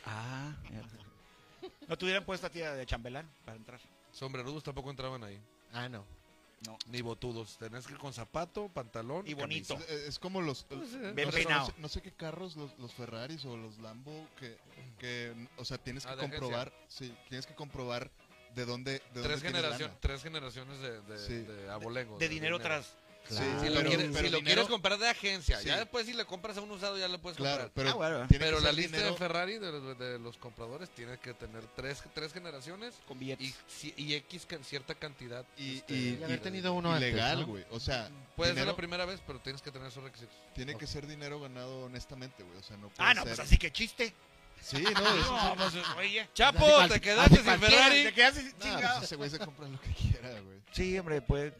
Ah, fíjate. no tuvieran puesto a tía de chambelán para entrar.
Sombrerudos tampoco entraban ahí.
Ah, no.
Ni botudos. Tenías que ir con zapato, pantalón.
Y bonito.
camisa.
Es, es como los...
Pues, eh,
Bien
no, sé,
peinado.
no sé- no sé qué carros, los, los Ferraris o los Lambo, que, que, o sea, tienes que
Ah, de
comprobar, sí, tienes que comprobar de dónde, de dónde
Tres,
tienes
generación-
lana.
tres generaciones de, de,
Sí.
de abolengo.
De dinero tras.
Sí,
Claro.
Si lo,
pero-
quieres,
pero
si lo
dinero-
quieres comprar de agencia,
Sí.
ya después si le compras a un usado ya lo puedes
Claro,
comprar.
pero
Ah, bueno.
tiene que
Pero la
ser
lista
dinero-
de Ferrari de, los- de los compradores tiene que tener tres, tres generaciones
Con
y,
billetes.
si- y X can- cierta cantidad.
Y,
este,
y-
Y haber
y-
tenido uno antes,
ilegal,
¿no?
güey. O sea,
Mm, Puede ser
dinero-
la primera vez, pero tienes que tener esos requisitos.
tiene que ser dinero ganado honestamente, güey. O sea, no puede
Ah, no,
ser-
pues así que chiste.
Sí, no, es-
No, pues, oye.
Chapo,
Así cual-
te quedaste
así
sin
cualquiera,
Ferrari.
Te quedas sin-
Nah,
chingado.
pues ese güey se compra lo que quiera, güey.
Sí, hombre, pues.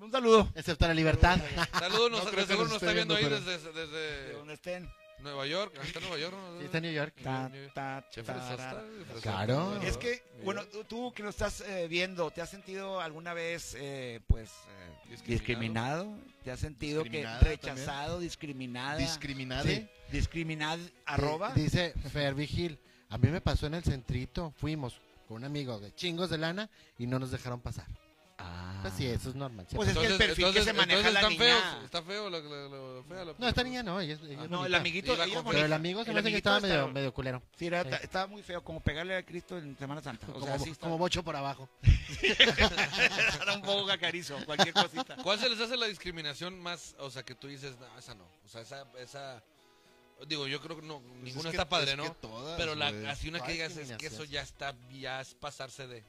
Un saludo.
Excepto la libertad.
Saludos, nos,
No creo
de
que
seguro nos
nos esté
está viendo ahí
viendo,
desde,
De
desde
donde estén.
Nueva York. Ah, ¿Está en Nueva York? no?
Sí, está en New York.
Ta,
eh,
ta,
Che,
tarara.
fresota, fresota.
Claro.
Es que,
Mira.
bueno, tú- tú que lo estás eh, viendo, ¿te has sentido alguna vez, eh, pues, eh, discriminado? ¿Te has sentido que
Discriminada
rechazado, discriminada?
Discriminado.
Sí, discriminad, arroba.
Di- Dice Fer Vigil. A mí me pasó en el centrito. Fuimos con un amigo de chingos de lana y no nos dejaron pasar.
Ah.
Pues sí, eso es normal.
Pues es- que el perfil que se maneja
entonces
la
están
niña.
feos, está feo la, la- la- fea la-
No, esta niña no. ella es- ella es
no, el
bonita.
amiguito
Iba
ella
con-
es
Pero el
bonita.
amigo se
El
me hace que
amiguito
estaba medio,
está-
medio culero.
Sí, era-
Sí.
ta- estaba muy feo, como pegarle a Cristo en Semana Santa. O sea,
como,
sí está-
como bocho por abajo.
era un poco cacarizo, cualquier cosita.
¿Cuál se les hace la discriminación más, o sea, que tú dices, no, esa no, o sea, esa, esa, digo, yo creo que no,
Pues
ninguna
es que-
está padre,
es
¿no?
que todas,
Pero la,
güey.
así una que
¿Cuál
digas es que eso
discriminación?
ya está, ya es pasarse de,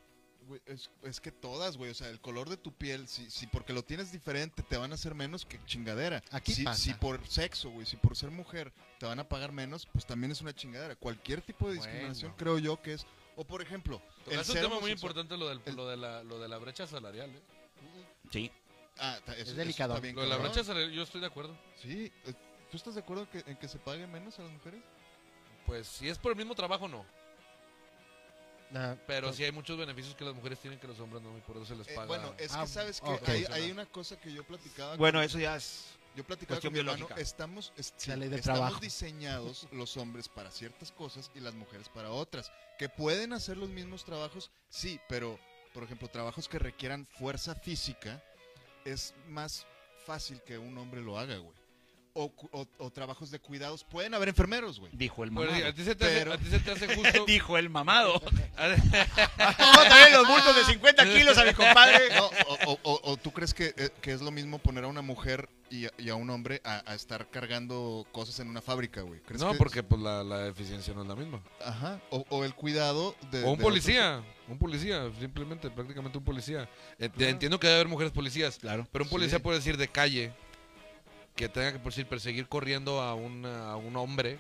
Güey, es, es que todas, güey. O sea, el color de tu piel, si, si porque lo tienes diferente, te van a hacer menos que chingadera.
Aquí
si,
pasa.
si por sexo, güey, si por ser mujer te van a pagar menos, pues también es una chingadera. Cualquier tipo de discriminación
Bueno.
creo yo que es. O por ejemplo, el
es un
ser
tema muy
homosexual-
importante lo, del,
el-
lo, de la, lo de la brecha salarial, ¿eh?
Sí.
Ah, ta- eso- eso
delicado.
está bien
Lo de la
cabrón.
brecha salarial, yo estoy de acuerdo.
Sí. eh, ¿Tú estás de acuerdo que- en que se pague menos a las mujeres?
Pues si es por el mismo trabajo, no,
Ah,
pero sí hay muchos beneficios que las mujeres tienen que los hombres no, y por eso se les
Pues Eh,
Pues paga.
bueno, es
Ah,
que sabes que
ok.
hay, hay una cosa que yo platicaba
Bueno, eso ya es.
Yo platicaba
Cuestión
con mi hermano,
biológica.
estamos, es-
La ley de
estamos
trabajo.
diseñados los hombres para ciertas cosas y las mujeres para otras. Que pueden hacer los mismos trabajos, sí, pero, por ejemplo, trabajos que requieran fuerza física, es más fácil que un hombre lo haga, güey. O, cu- o- o trabajos de cuidados, pueden haber enfermeros, güey.
Dijo el
Pues, a,
mamado.
ti se te hace,
Pero-
a ti se te hace justo.
Dijo el mamado. Vamos a traer los bultos de 50 kilos a mi compadre.
No, o, o- o- o tú crees que, eh, que es lo mismo poner a una mujer y a, y a un hombre a, a estar cargando cosas en una fábrica, güey. ¿Crees
no,
que-
porque pues, la, la eficiencia no es la misma.
Ajá. O, o el cuidado de.
O un
de
policía, un policía, simplemente, prácticamente un policía. Eh, te- Entiendo que debe haber mujeres policías,
Claro.
pero un policía
Pues, Sí.
puede decir de calle que tenga que por decir, perseguir corriendo a, una- a un hombre,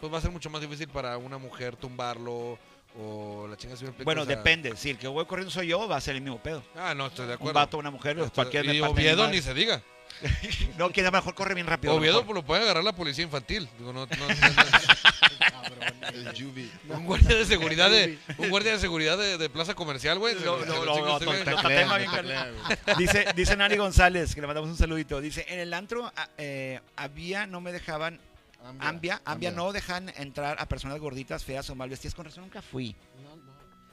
pues va a ser mucho más difícil para una mujer tumbarlo o la chinga se me explica,
Bueno,
o sea,
depende. Si el que voy corriendo soy yo, va a ser el mismo pedo.
Ah, no, estoy de
Un
acuerdo.
vato, una mujer,
Estoy-
cualquier
y Oviedo ni se diga.
No, quien a lo mejor corre bien rápido.
Oviedo
mejor.
lo puede agarrar la policía infantil. Digo, no- no- no- no-
otros- El Yubi.
un guardia de seguridad de, un guardia de seguridad de, de plaza comercial, güey. se-
Lo-
se
lo-
lo
lo-
chinga
lo-
este güey.
lo- Tema bien Dice, dice Nari González, que le mandamos un saludito. Dice, en el antro a- eh, había, no me dejaban, ambia, ambia no dejan entrar a personas gorditas, feas o mal vestidas. Con razón nunca fui.
No, no.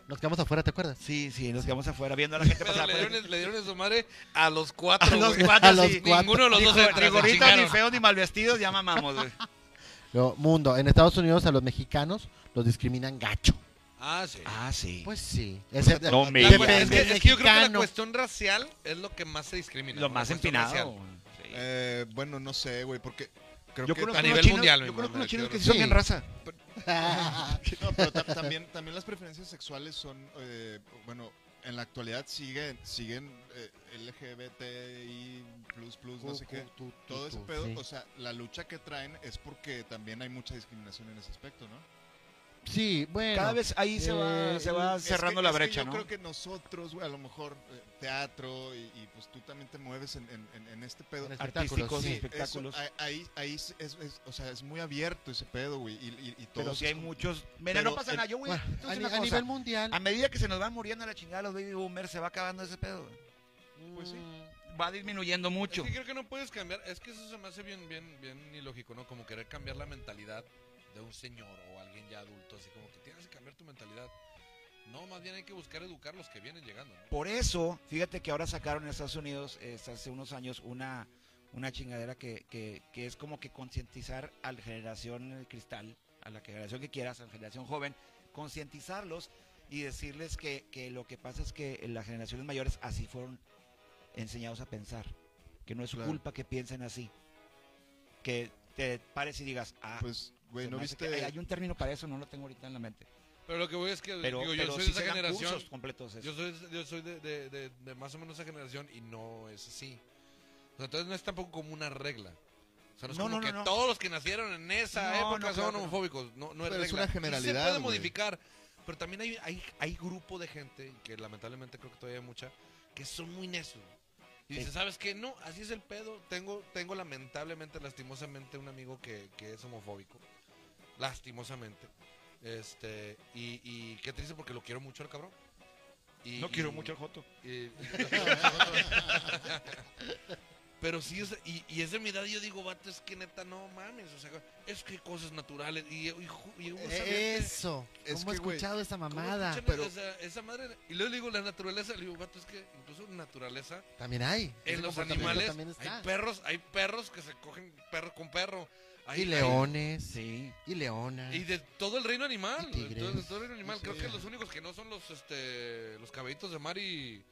Nos quedamos afuera, ¿te acuerdas?
Sí, sí, nos quedamos afuera viendo a la gente
Pero
pasar.
le,
por-
dieron, le dieron en su madre a los cuatro.
A los
güey.
cuatro,
A los
sí.
cuatro.
Ninguno de los
Dijo,
dos entra,
ni
se
gorditos, ni
chingaron.
feos, ni mal vestidos, ya mamamos, güey.
Luego, mundo, en Estados Unidos a los mexicanos los discriminan gacho.
Ah, sí.
Ah, sí.
Pues sí.
no me
La cu- es, que,
del
es que yo creo que la
mexicano.
cuestión racial es lo que más se discrimina.
lo
¿no?
más
La cuestión
empinado.
racial.
Sí.
Eh, bueno, no sé, güey, porque creo
Yo
que
conozco
a
unos
nivel
chinos-
mundial,
Yo
me-
conozco
me
unos chinos que
refiero.
sí son
Sí.
bien raza.
No, pero ta- también, también las preferencias sexuales son, eh, bueno, en la actualidad siguen, siguen eh, LGBTI, plus, plus, Pues no sé qué. Todo ese pedo, pues. o sea, la lucha que traen es porque también hay mucha discriminación en ese aspecto, ¿no?
Sí, bueno.
Cada vez ahí se va,
eh,
se va
Es que-
cerrando
es
la
que
brecha,
yo
¿no?
creo que nosotros, güey, a lo mejor eh, teatro y, y, pues tú también te mueves en, en- en- en este pedo.
En el
Artísticos,
espectáculos, sí.
y
Sí,
espectáculos.
eso, a- ahí, ahí es, es- es- o sea, es muy abierto ese pedo, güey. Y, y- y
Pero
todos
sí hay
son-
muchos. Mira,
Pero
no pasa
el-
nada. Yo voy a-
Bueno,
entonces
a, ni-
una
a
cosa,
nivel mundial.
a medida que se nos van muriendo a la chingada los baby boomers, se va acabando ese pedo.
pues sí.
Mm,
Va disminuyendo mucho.
Es que creo que no puedes cambiar. Es que eso se me hace bien, bien, bien ilógico, ¿no? Como querer cambiar la mentalidad de un señor o alguien ya adulto. Así como que tienes que cambiar tu mentalidad. No, más bien hay que buscar educar los que vienen llegando, ¿no?
Por eso, fíjate que ahora sacaron en Estados Unidos eh, hace unos años una, una chingadera que, que- que es como que concientizar a la generación cristal, a la generación que quieras, a la generación joven, concientizarlos y decirles que, que lo que pasa es que las generaciones mayores así fueron enseñados a pensar, que no es su
Claro.
culpa que piensen así, que te pares y digas, ah,
Pues, güey,
se
¿no
me hace que- hay-
viste?
hay un término para eso, no lo tengo ahorita en la mente,
Pero lo que voy es que
pero,
Eh, digo,
pero
yo soy
sí
de
se
esa
dan
generación.
cursos completos. de eso.
Yo soy, yo soy de, de- de- de más o menos esa generación y no es así. O sea, entonces no es tampoco como una regla. O sea, no es
No,
como
no, no,
que
no.
todos los que nacieron en esa
No,
época
no,
son
claro que no.
homofóbicos. No, no es
Pero es
regla.
una
Sí se
generalidad,
puede
güey.
modificar. Pero también hay, hay, hay grupo de gente, que lamentablemente creo que todavía hay mucha, que son muy nesos. Y
Sí.
dice, ¿sabes qué? No, así es el pedo. Tengo, tengo lamentablemente, lastimosamente, un amigo que, que es homofóbico. Lastimosamente. Este, y, y qué triste porque lo quiero mucho al cabrón. Y-
no quiero
y-
mucho el Joto.
eh, Pero sí, es, y, y es de mi edad, y yo digo, vato, es que neta, no mames, o sea, es que cosas naturales, y, y, ju- y uno sabe-
Eso.
Es
¿Cómo he
que, güey,
escuchado esa
¿cómo
mamada?
escuchan
pero-
esa, esa madre? Y luego le digo, la naturaleza, le digo, vato, es que incluso naturaleza,
También hay. Ese
en los
comportamiento
animales,
también está.
hay perros, hay perros que se cogen perro con perro. Hay,
Y leones.
Sí.
Y leonas.
hay- y de todo el reino animal,
Y tigres.
de todo- de todo el reino animal,
Sí,
creo
sí.
que los únicos que no son los, este, los caballitos de mar y...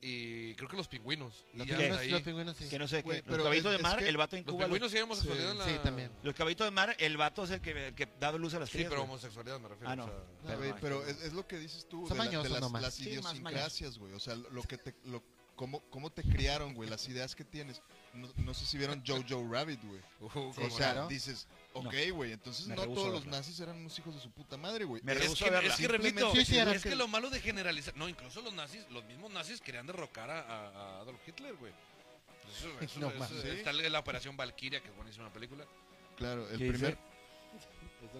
Y creo que los pingüinos. Y
Los
ya
pingüinos,
de ahí.
los pingüinos sí.
Que no sé,
Güey,
qué. los
pero
caballitos
es-
de mar,
es que
el vato
Los
incuba.
pingüinos sí hay homosexualidad
Sí,
en la...
Sí, también.
Los caballitos de mar, el vato es el que, el que da luz a las
Sí,
crías.
pero
güey.
homosexualidad me refiero.
Ah, no.
o sea,
No,
Güey,
no,
pero
no.
es, es lo que dices tú,
Son
de, la- de
mañosos
las,
nomás.
las
Sí, más
idiosincrasias, güey. O sea, lo que te, lo, cómo, cómo te criaron, güey, las ideas que tienes. No, no sé si vieron Jojo Rabbit, güey.
uh,
Sí,
o
como-
sea,
claro.
dices,
No.
ok, güey, entonces
Me
no
rehúso
todos
a
los
verla.
nazis eran músicos de su puta madre, güey.
Me
Es
rehúso a
que,
verla.
es que repito,
Sí, sí, era
es que
que-
lo malo de generalizar. No, incluso los nazis, los mismos nazis querían derrocar a, a- a Adolf Hitler, güey. Eso, eso-
No
eso-
mames.
está la operación Valkyria, que es buenísima película.
Claro, el
¿Qué dice?
primer...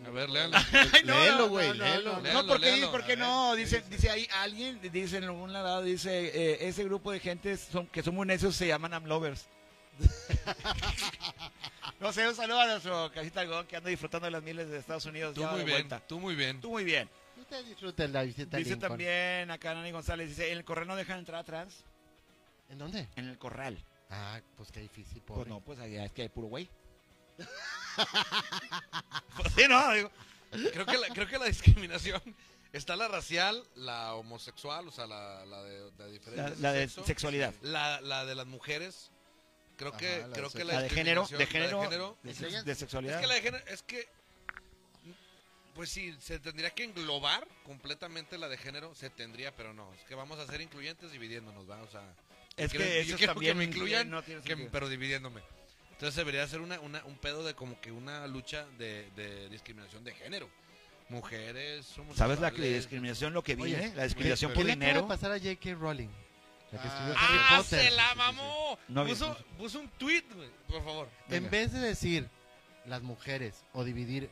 A ver, leanla.
léelo, güey,
no, no,
léelo.
no,
No,
Léanlo,
porque,
léanlo.
porque
A ver,
no,
¿qué
dice,
dice?
dice ahí alguien, dice en algún lado, dice, eh, ese grupo de gente son, que son muy necios se llaman Amlovers. no sé, un saludo a nuestro cajita algodón que anda disfrutando de las miles de Estados Unidos.
Tú
ya
muy
de
bien,
vuelta.
tú muy bien.
Tú muy bien.
Usted disfruta la visita a
dice
Lincoln.
también acá Nani González, dice, en el corral no dejan entrar atrás.
¿En dónde?
En el corral.
Ah, pues qué difícil,
Pues
pobre.
no, pues allá es que hay puro güey. Pues sí, no, digo.
Creo que, la, creo que la discriminación está la racial, la homosexual, o sea, la, la de, de
La,
diferentes
la de
sexos,
sexualidad.
la, la de las mujeres. Creo
Ajá,
que,
la de
creo que
sexo.
la,
La de género,
discriminación-
de
la
género, de,
género
sex- de
Es
sexualidad.
que la de género, es que. Pues sí, se tendría que englobar completamente la de género, se tendría, pero no. Es que vamos a ser incluyentes dividiéndonos, vamos a.
es
creo-
que
yo
eso
quiero
también
que me incluyan,
no tiene
que-
sentido.
pero dividiéndome. Entonces debería ser una, una- un pedo de como que una lucha de, de discriminación de género. Mujeres, somos.
¿Sabes la que- discriminación lo que
Oye,
viene? la
¿qué
discriminación
¿Qué
por
le acaba de
dinero.
pasar a J.K. Rowling? La que
Ah.
escribió Harry
¡Ah,
Potter.
se
Sí,
la
sí, sí.
mamó!
No vi-
puso, puso un tweet, güey. Por favor.
Venga.
En vez de decir las mujeres o dividir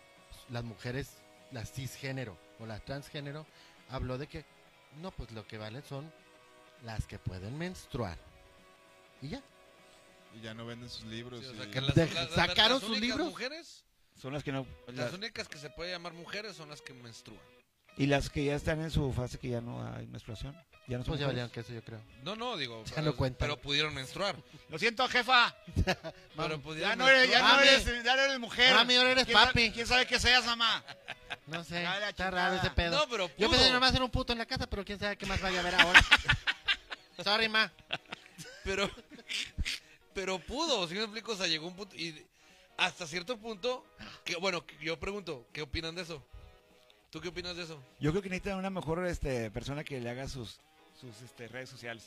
las mujeres, las cisgénero o las transgénero, habló de que no, pues lo que valen son las que pueden menstruar. Y ya. pues
Y ya no venden sus libros.
Sí, o sea,
y-
que las-
De-
las- las-
¿sacaron
las
sus
únicas
libros?
mujeres
Son las que no.
Las
las-
únicas que se puede llamar mujeres son las que menstruan.
y las que ya están en su fase que ya no hay menstruación. Ya no son
Pues
mujeres.
ya valieron que eso yo creo.
No, no, digo,
Ya
pero,
no cuentan.
pero pudieron menstruar.
Lo siento, jefa.
Pero
Mami,
pudieron Ah,
Ya no eres, ya no
Mami.
eres, ya no eres mujer.
Mami, ahora eres
¿Quién sa-
papi.
¿Quién sabe que seas, mamá?
No sé,
Ah, la
está
chingada.
raro ese pedo.
No, pero
yo
pudo.
pensé nomás era un puto en la casa, pero quién sabe qué más vaya a haber ahora. Sorry, ma.
Pero, pero pudo, si me explico, o sea, llegó un punto... Y hasta cierto punto, que, bueno, que yo pregunto, ¿qué opinan de eso? ¿Tú qué opinas de eso?
Yo creo que necesitan una mejor este, persona que le haga sus, sus este, redes sociales.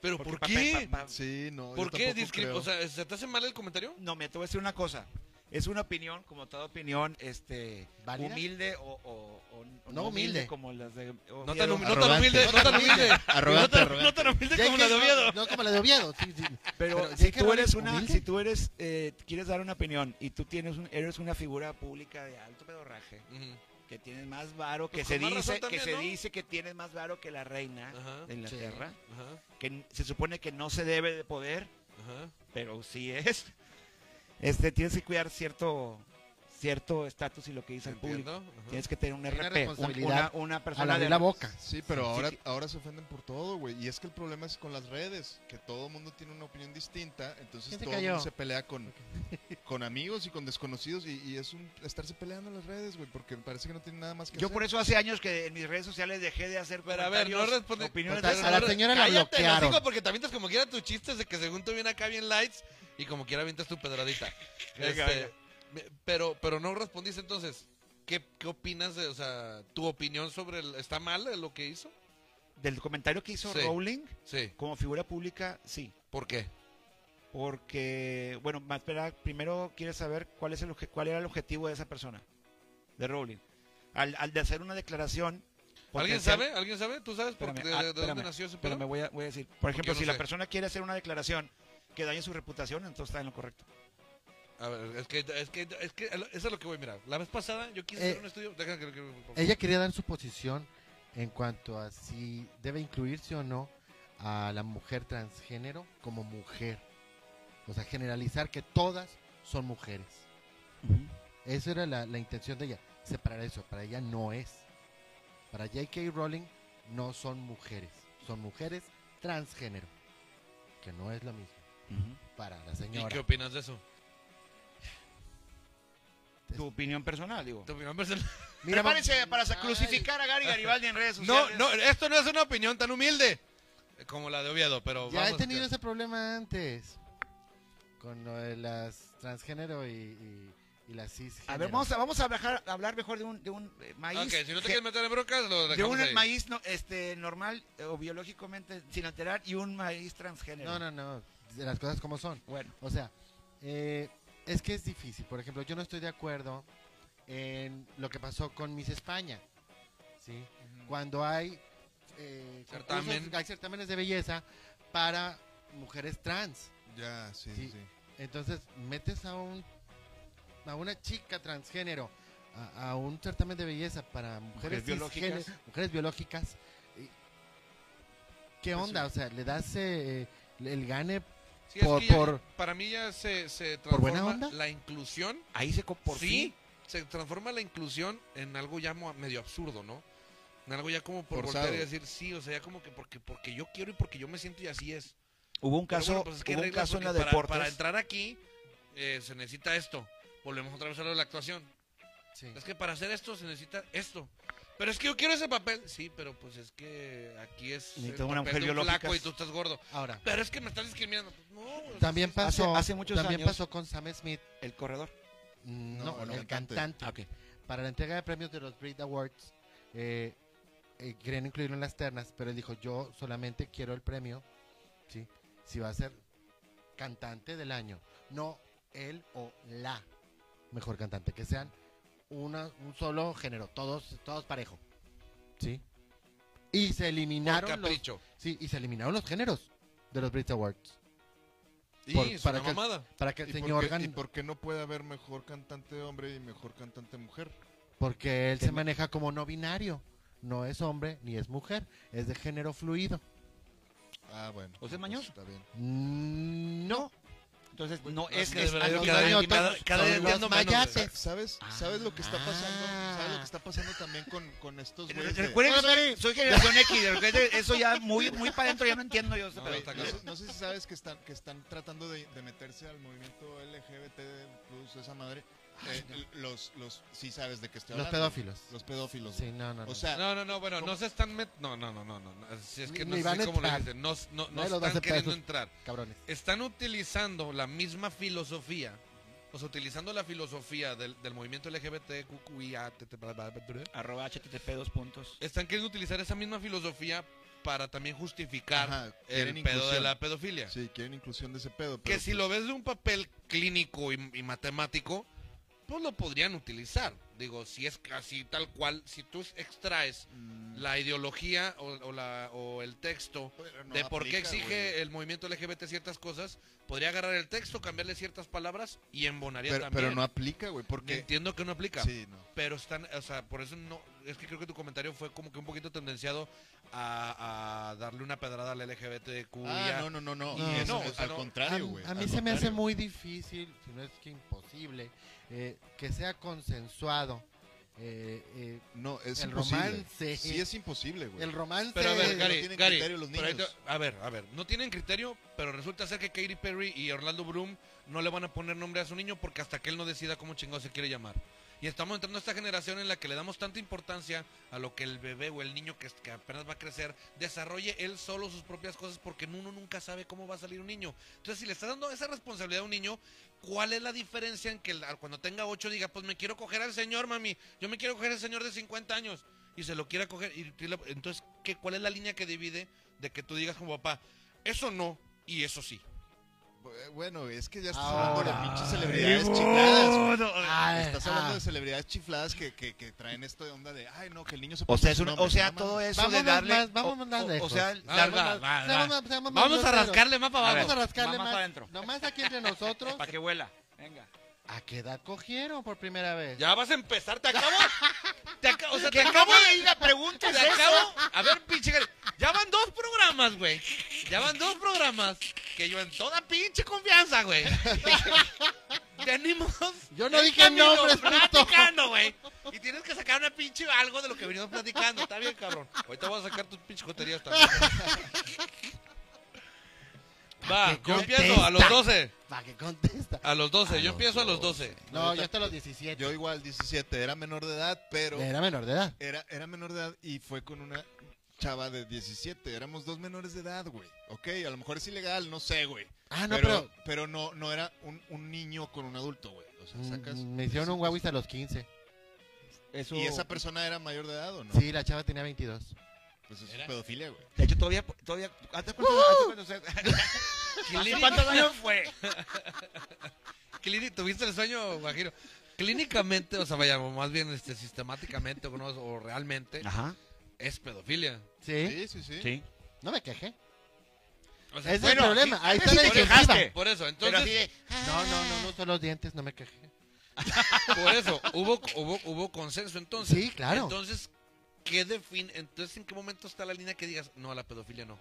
¿Pero
Porque
por
pa-
qué?
pa- pa-
Sí, no.
¿Por
yo
qué?
tampoco
discri-
creo.
O sea, ¿se te hace mal el comentario?
No, me te voy a decir una cosa. Es una opinión, como toda opinión, este,
¿Válida?
humilde o, o- o- o
No humilde.
como las de... o-
No tan, humi- no tan
Arrogante.
humilde, no tan humilde. No
Arrogante,
tan, no
arrogante.
tan humilde
Ya
como
que-
la de Oviedo.
No, no como la de Oviedo. sí, sí.
Pero,
Pero, ¿sí
si,
que
tú
Raúl
eres
es
una,
humilde?
si tú eres, eh, quieres dar una opinión y tú tienes un, eres una figura pública de alto pedorraje,
Ujú,
que tienes más varo, que
Pues
se
con más
dice,
razón también,
que se
¿no?
dice que tienes más varo que la reina
Ajá,
de Inglaterra,
ajá,
que n- se supone que no se debe de poder,
ajá.
pero sí es. Este, tienes que cuidar cierto cierto estatus y lo que dice el público.
Entiendo, ajá.
Tienes que tener un
Hay una
RP, un- una,
responsabilidad
una
Al
persona
abrir
de
la boca.
Sí, pero
Sí,
ahora,
sí.
ahora se ofenden por todo, güey. Y es que el problema es con las redes, que todo el mundo tiene una opinión distinta, entonces
¿Quién se
todo el
cayó?
mundo se pelea con, con amigos y con desconocidos y, y es un estarse peleando en las redes, güey, porque me parece que no tiene nada más que
Yo
hacer.
por eso hace años que en mis redes sociales dejé de hacer
Pero a ver, no
comentarios,
responde-
opiniones
Total,
de-
a la señora la
Cállate,
bloquearon.
hocico, porque te avientas como quiera tus chistes de que según tú viene acá bien lights y como quiera avientas tu pedradita.
Venga,
Este,
venga.
me- Pero, pero no respondiste entonces. ¿Qué, qué opinas de, o sea, tu opinión sobre el, está mal lo que hizo?
del comentario que hizo
Sí.
Rowling
Sí.
como figura pública, sí.
¿Por qué?
Porque, bueno, más espera, primero quieres saber cuál, es el, obje- cuál era el objetivo de esa persona, de Rowling. Al, al de hacer una declaración...
¿Alguien
potencial-
sabe? ¿Alguien sabe? ¿Tú sabes por
Espérame,
de,
ah,
de
espérame,
dónde nació ese
Pero me
pedo?
voy a, voy a decir, por ejemplo,
yo no
si la
sé.
persona quiere hacer una declaración que dañe su reputación, entonces está en lo correcto.
A ver, es que, es que, es que, eso es lo que voy a mirar. La vez pasada yo quise
Eh,
hacer un estudio. Deja que- que- que-
Ella quería dar su posición en cuanto a si debe incluirse o no a la mujer transgénero como mujer. O sea, generalizar que todas son mujeres. Esa era la, la intención de ella. Separar eso. Para ella no es. Para J.K. Rowling no son mujeres. Son mujeres transgénero. Que no es lo mismo. Para la
¿Y qué
señora.
opinas de eso?
Tu opinión personal, digo.
¿Tu opinión personal?
Mira, ma-
Prepárense para
Ay,
crucificar a Gary Garibaldi en redes
No,
sociales.
no, esto no es una opinión tan humilde Eh, como la de Oviedo, pero
Ya he
Pues vamos,
tenido
que-
ese problema antes. Con lo de las transgénero y, y, y las cisgénero.
A ver, vamos a, vamos a bajar- a hablar mejor de un, de un eh, maíz.
Ok, si no
que-
te quieres meter en brocas, lo
de
dejamos
un
ahí.
maíz no, este, normal eh, o biológicamente sin alterar y un maíz transgénero.
No, no, no. de Las cosas como son.
Bueno,
O sea, eh, es que es difícil. Por ejemplo, yo no estoy de acuerdo en lo que pasó con Miss España. ¿Sí? Cuando hay, eh,
Certamen.
concursos- hay certámenes de belleza para mujeres trans.
Ya, sí,
Sí.
sí. sí.
Entonces, metes a un a una chica transgénero a, a un certamen de belleza para mujeres,
Mujeres biológicas.
cisgénero- mujeres biológicas. y- ¿Qué
Pues
onda? O sea, le das eh, el gane
Sí, es
Por-
que ya-
por-
para mí ya se, se transforma
¿Por buena onda?
la inclusión.
ahí se co- por
sí,
fin.
se transforma la inclusión en algo ya mo- medio absurdo, ¿no? En algo ya como por
Forzado.
voltear y decir sí, o sea, ya como que porque, porque yo quiero y porque yo me siento y así es.
Hubo un
Pero
caso,
bueno, pues es que hay
hubo un
reglas
caso en la
porque para-
deportes.
Para, entrar aquí eh, se necesita esto. Volvemos otra vez a lo de la actuación.
Sí.
Es que para hacer esto se necesita esto. Pero es que yo quiero ese papel. Sí, pero pues es que aquí es el
Necesito una
papel
mujer
de un
biológica.
flaco y tú estás gordo.
Ahora,
Pero es que me estás discriminando. Pues, No, güey,
también
sí, sí.
pasó
Hace- hace muchos
también
años-
pasó con Sam Smith,
El corredor.
mm,
No,
no,
el
el,
cantante.
cantante. Ah, Para la entrega de premios de los Brit Awards eh, eh, querían incluirlo en las ternas, pero él dijo, "Yo solamente quiero el premio, ¿sí? Si va a ser cantante del año, no él o la mejor cantante, que sean una un solo género, todos todos parejo." ¿Sí? Y se
Por
eliminaron los
capricho.
sí, y se eliminaron los géneros de los Brit Awards
Y
Por-
es
para
una
que-
mamada.
para que el
¿Y,
señor
por qué,
gan-
¿Y por qué no puede haber mejor cantante hombre y mejor cantante mujer?
Porque él
Que
se
no-
maneja como no binario. No es hombre ni es mujer. Es de género fluido.
Ah, bueno.
¿O sea,
pues,
mañoso?
Está bien.
Mm, No.
Entonces, no
es
es
que de
es
verdad
algo-
yo cada
Antonio,
día- cada-
todos
cada día
son los
entiendo menos,
mayates.
güey.
Sa- ¿Sabes, ¿Sabes lo que está pasando?
Ah.
¿Sabes lo que está pasando también con, con estos güeyes? de-
Recuerden que soy, soy generación X, de repente eso ya muy, muy para adentro, ya no entiendo yo. este
No,
pedo.
está
No
cabrón.
sé- no sé si sabes que están, que están tratando de, de meterse al movimiento LGBT plus esa madre. Eh, los, los, sí sabes de qué estoy
Los
hablando.
pedófilos.
Los pedófilos.
Sí, no, no.
O
no.
sea,
No, no, no, bueno,
¿Cómo?
no se están met- No, no, no, no, no. no, Si es que
Ni
no
van
sé
a
cómo le
entrar.
dicen. No, no, no
Nadie los va
están
a aceptar
queriendo
esos-
entrar.
cabrones.
Están utilizando la misma filosofía O sea, utilizando la filosofía del, del movimiento LGBT, QQIA, TT, bla, bla, bla, bla,
Arroba http dos puntos.
están queriendo utilizar esa misma filosofía para también justificar
Ajá,
el
quieren
pedo de
inclusión.
la pedofilia.
Sí, quieren inclusión de ese pedo.
que
pero
si
pues-
lo ves de un papel clínico y, y matemático, pues lo podrían utilizar. Digo, si es así tal cual, si tú extraes
Mm,
la ideología o, o la, o el texto
pero no
de por qué
aplica,
exige
güey.
el movimiento LGBT ciertas cosas, podría agarrar el texto, cambiarle ciertas palabras y embonaría
Pero,
también.
pero no aplica, güey, porque...
Entiendo que no aplica.
Sí, no.
Pero están, o sea, por eso no. Es que creo que tu comentario fue como que un poquito tendenciado a, a darle una pedrada al LGBTQ.
Ah, no, no, no, no.
No,
eso
no,
es
o sea,
al
no.
contrario, güey.
a, a mí
al
se me hace
contrario.
muy difícil, si no es que imposible, eh, que sea consensuado eh, eh,
No, es
el
imposible.
romance.
Sí, es imposible, güey.
el romance.
Pero a ver,
no
Gary,
tienen
Gary,
criterio los
pero ahí te-
niños.
a ver, a ver, no tienen criterio, pero resulta ser que Katy Perry y Orlando Bloom no le van a poner nombre a su niño porque hasta que él no decida cómo chingado se quiere llamar. Y estamos entrando a esta generación en la que le damos tanta importancia a lo que el bebé o el niño que, es- que apenas va a crecer desarrolle él solo sus propias cosas porque uno nunca sabe cómo va a salir un niño. Entonces, si le estás dando esa responsabilidad a un niño, ¿cuál es la diferencia en que el- cuando tenga 8 diga, pues me quiero coger al señor, mami, yo me quiero coger al señor de 50 años y se lo quiera coger? Y, tú le- entonces, ¿qué, ¿cuál es la línea que divide de que tú digas como papá, eso no y eso sí?
Bu- Eh, Bueno, es que ya estás
Ahora.
hablando de pinches celebridades chifladas, güey.
Ah,
Estás
ah,
hablando de celebridades chifladas que, que, que traen esto de onda de, ay, no, que el niño se
O
puso
sea, es
su
un-
nombre".
o sea,
No,
todo
mames.
eso
Vamos
de
más,
darle.
más, vamos
o-
más
o- O
lejos.
sea,
Ah,
darle-
va, va, va.
Seamos- seamos más
Vamos a
groseros.
rascarle más para
Vamos
abajo.
a rascarle
Más
más.
adentro.
Nomás aquí entre nosotros.
Para que vuela. Venga.
¿A qué edad cogieron por primera vez?
Ya vas a empezar, te acabo. Te aca- o sea, te acabo de ir a preguntas. Te acabo. A ver, pinche. Gary, Ya van dos programas, güey. Ya van dos programas. Que yo en toda pinche confianza, güey. Tenemos.
Yo no dije nombres, puto.
platicando, güey. Y tienes que sacar una pinche algo de lo que venimos platicando. Está bien, cabrón. Ahorita voy a sacar tus pinches joterías también. Va,
¿Qué
yo empiezo a los
contesta?
12.
¿Para que contesta?
A los 12,
A
yo
los
empiezo a los 12.
No, yo hasta los 17.
Yo igual, 17, era menor de edad, pero
Era menor de edad.
era, era menor de edad y fue con una chava de 17. Éramos dos menores de edad, güey. Ok, a lo mejor es ilegal, no sé, güey.
Ah, no,
pero,
pero.
pero... no no era un, un niño con un adulto, güey. O sea, sacas...
mm, Me hicieron un guau hasta los 15.
Eso,
¿Y esa persona era mayor de edad o no?
Sí, la chava tenía 22.
Pues eso
Era.
es pedofilia, güey.
De hecho, todavía. todavía ¿Hasta cuántos, hasta cuántos-
Clínica-
cuántos años fue?
Clíni- ¿Tuviste el sueño, Guajiro? Clínicamente, o sea, vaya, más bien este, sistemáticamente o, no, o realmente,
Ah.
Ajá.
es pedofilia.
¿Sí?
Sí, sí, sí.
Sí.
No me quejé.
O
Ese es el
bueno,
problema. Ahí está
sí,
la
por eso-
quejaste.
Por eso, entonces,
No, no, no, no son los dientes, no me quejé.
por eso, hubo, hubo, hubo consenso entonces.
Sí, claro.
Entonces, ¿qué define? Entonces, ¿en qué momento está la línea que digas, no, a la pedofilia no?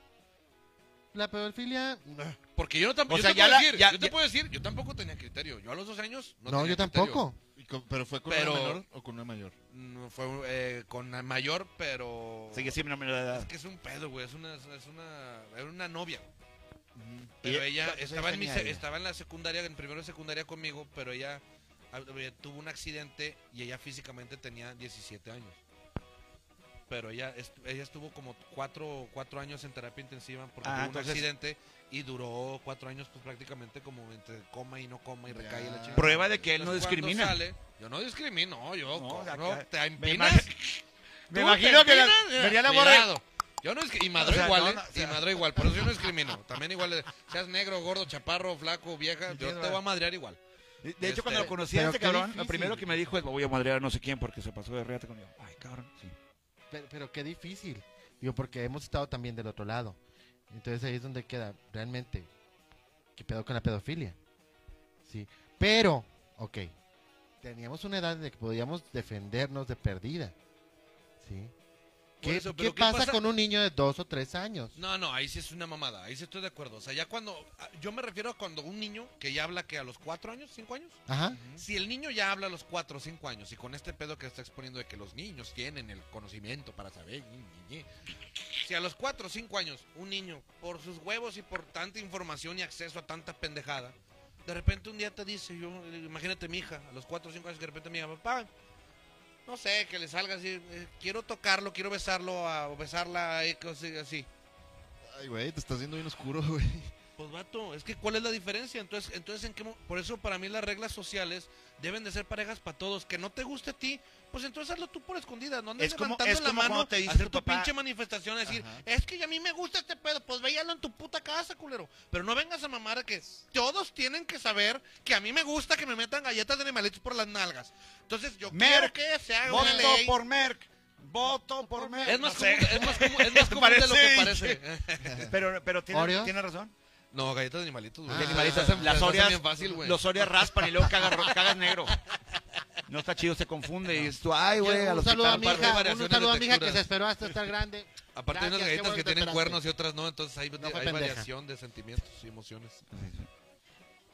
La pedofilia. No,
Porque yo no tampoco,
O sea,
yo te,
ya
puedo,
la-
decir,
ya-
yo te
ya-
puedo decir, yo tampoco tenía criterio. Yo a los dos años no, tenía
yo
criterio.
tampoco.
Y con- pero fue con
Pero-
una menor o con una mayor.
Mm, Fue eh, con la mayor, pero...
Sigue siendo menor de
Es
edad.
que es un pedo, güey. Es una, es una, era una novia. Pero
Y-
ella
¿cuántos
estaba
años
en, mi,
tenía
se-
ella?
estaba en la secundaria, en primero de secundaria conmigo, pero ella ah, eh, tuvo un accidente y ella físicamente tenía 17 años. Pero ella, estu- ella estuvo como cuatro, cuatro años en terapia intensiva porque
Ah,
tuvo
entonces-
un accidente y duró cuatro años pues prácticamente como entre coma y no coma y
Ya.
recae la chingada.
Prueba de que él no
Entonces, cuando
discrimina.
sale- yo no discrimino, yo
No,
co-
o sea,
no,
que-
te
me
empinas.
imagino-
Tú
me
te
imagino que la-
empinas, mira,
venía la morra y-
cuidado. Yo no discri- y madre
O sea,
igual,
no,
¿eh?
no, o sea-
y madre igual, por eso yo no discrimino. También igual, eh, seas negro, gordo, chaparro, flaco, vieja, yo
Entiendo, eh.
te voy a
¿verdad?
madrear igual.
De de
Este,
hecho, cuando lo conocí a
pero
este
qué
cabrón,
difícil.
lo primero que me dijo es: Voy a madrear a no sé quién porque se pasó de reata conmigo. Ay, cabrón. Sí.
Pero, pero qué difícil. Digo, porque hemos estado también del otro lado. Entonces ahí es donde queda realmente. ¿Qué pedo con la pedofilia? Sí. Pero, ok. Teníamos una edad de que podíamos defendernos de perdida. Sí.
Por
¿Qué,
eso,
qué
pero ¿qué
pasa,
pasa?
con un niño de dos o tres años?
No, no, ahí sí es una mamada, ahí sí estoy de acuerdo. O sea, ya cuando, ah, yo me refiero a cuando un niño que ya habla que a los cuatro años, cinco años,
Ajá.
si el niño ya habla a los cuatro o cinco años y con este pedo que está exponiendo de que los niños tienen el conocimiento para saber, ñi, ñi, ñi. si a los cuatro o cinco años un niño, por sus huevos y por tanta información y acceso a tanta pendejada, de repente un día te dice, yo, imagínate mi hija, a los cuatro o cinco años que de repente me diga, papá, no sé, que le salga así, eh, quiero tocarlo, quiero besarlo, a- o besarla, eh, cosas así.
Ay, güey, te estás viendo bien oscuro, güey.
Pues vato, es que ¿cuál es la diferencia? Entonces, entonces en qué mo- por eso para mí las reglas sociales deben de ser parejas para todos. Que no te guste a ti, pues entonces hazlo tú por escondida, no andes
Es como-
levantando
es
la
como
mano,
cuando te dice
hacer
tu
tu
papá-
pinche manifestación, decir,
Ajá.
es que a mí me gusta este pedo, pues véalo en tu puta casa, culero. Pero no vengas a mamar a que todos tienen que saber que a mí me gusta que me metan galletas de animalitos por las nalgas. Entonces yo
Merck,
quiero que se haga una
Voto
ley.
por Merck. Voto por Merck.
Es más
No sé.
común, es más común, es más común de lo que
Parece-
parece.
Pero, pero tiene,
¿Oreo?
tiene razón.
No, galletas de animalitos, güey.
De animalitos,
Se hacen-
Ah. las
se hacen
Oreas-
bien fácil, güey.
Los Orias raspan y luego cagas, ro- cagas negro. No está chido, se confunde. Y es tú, ay, güey, al
un saludo a
hospital.
mi
par de
hija,
variaciones
un saludo
de
a mi hija que
texturas.
se esperó hasta estar grande.
Aparte hay unas
Gracias, qué
galletas
bueno
que
que te
tienen
enteraste.
cuernos y otras no, entonces hay,
No fue
hay
pendeja.
variación de sentimientos y emociones.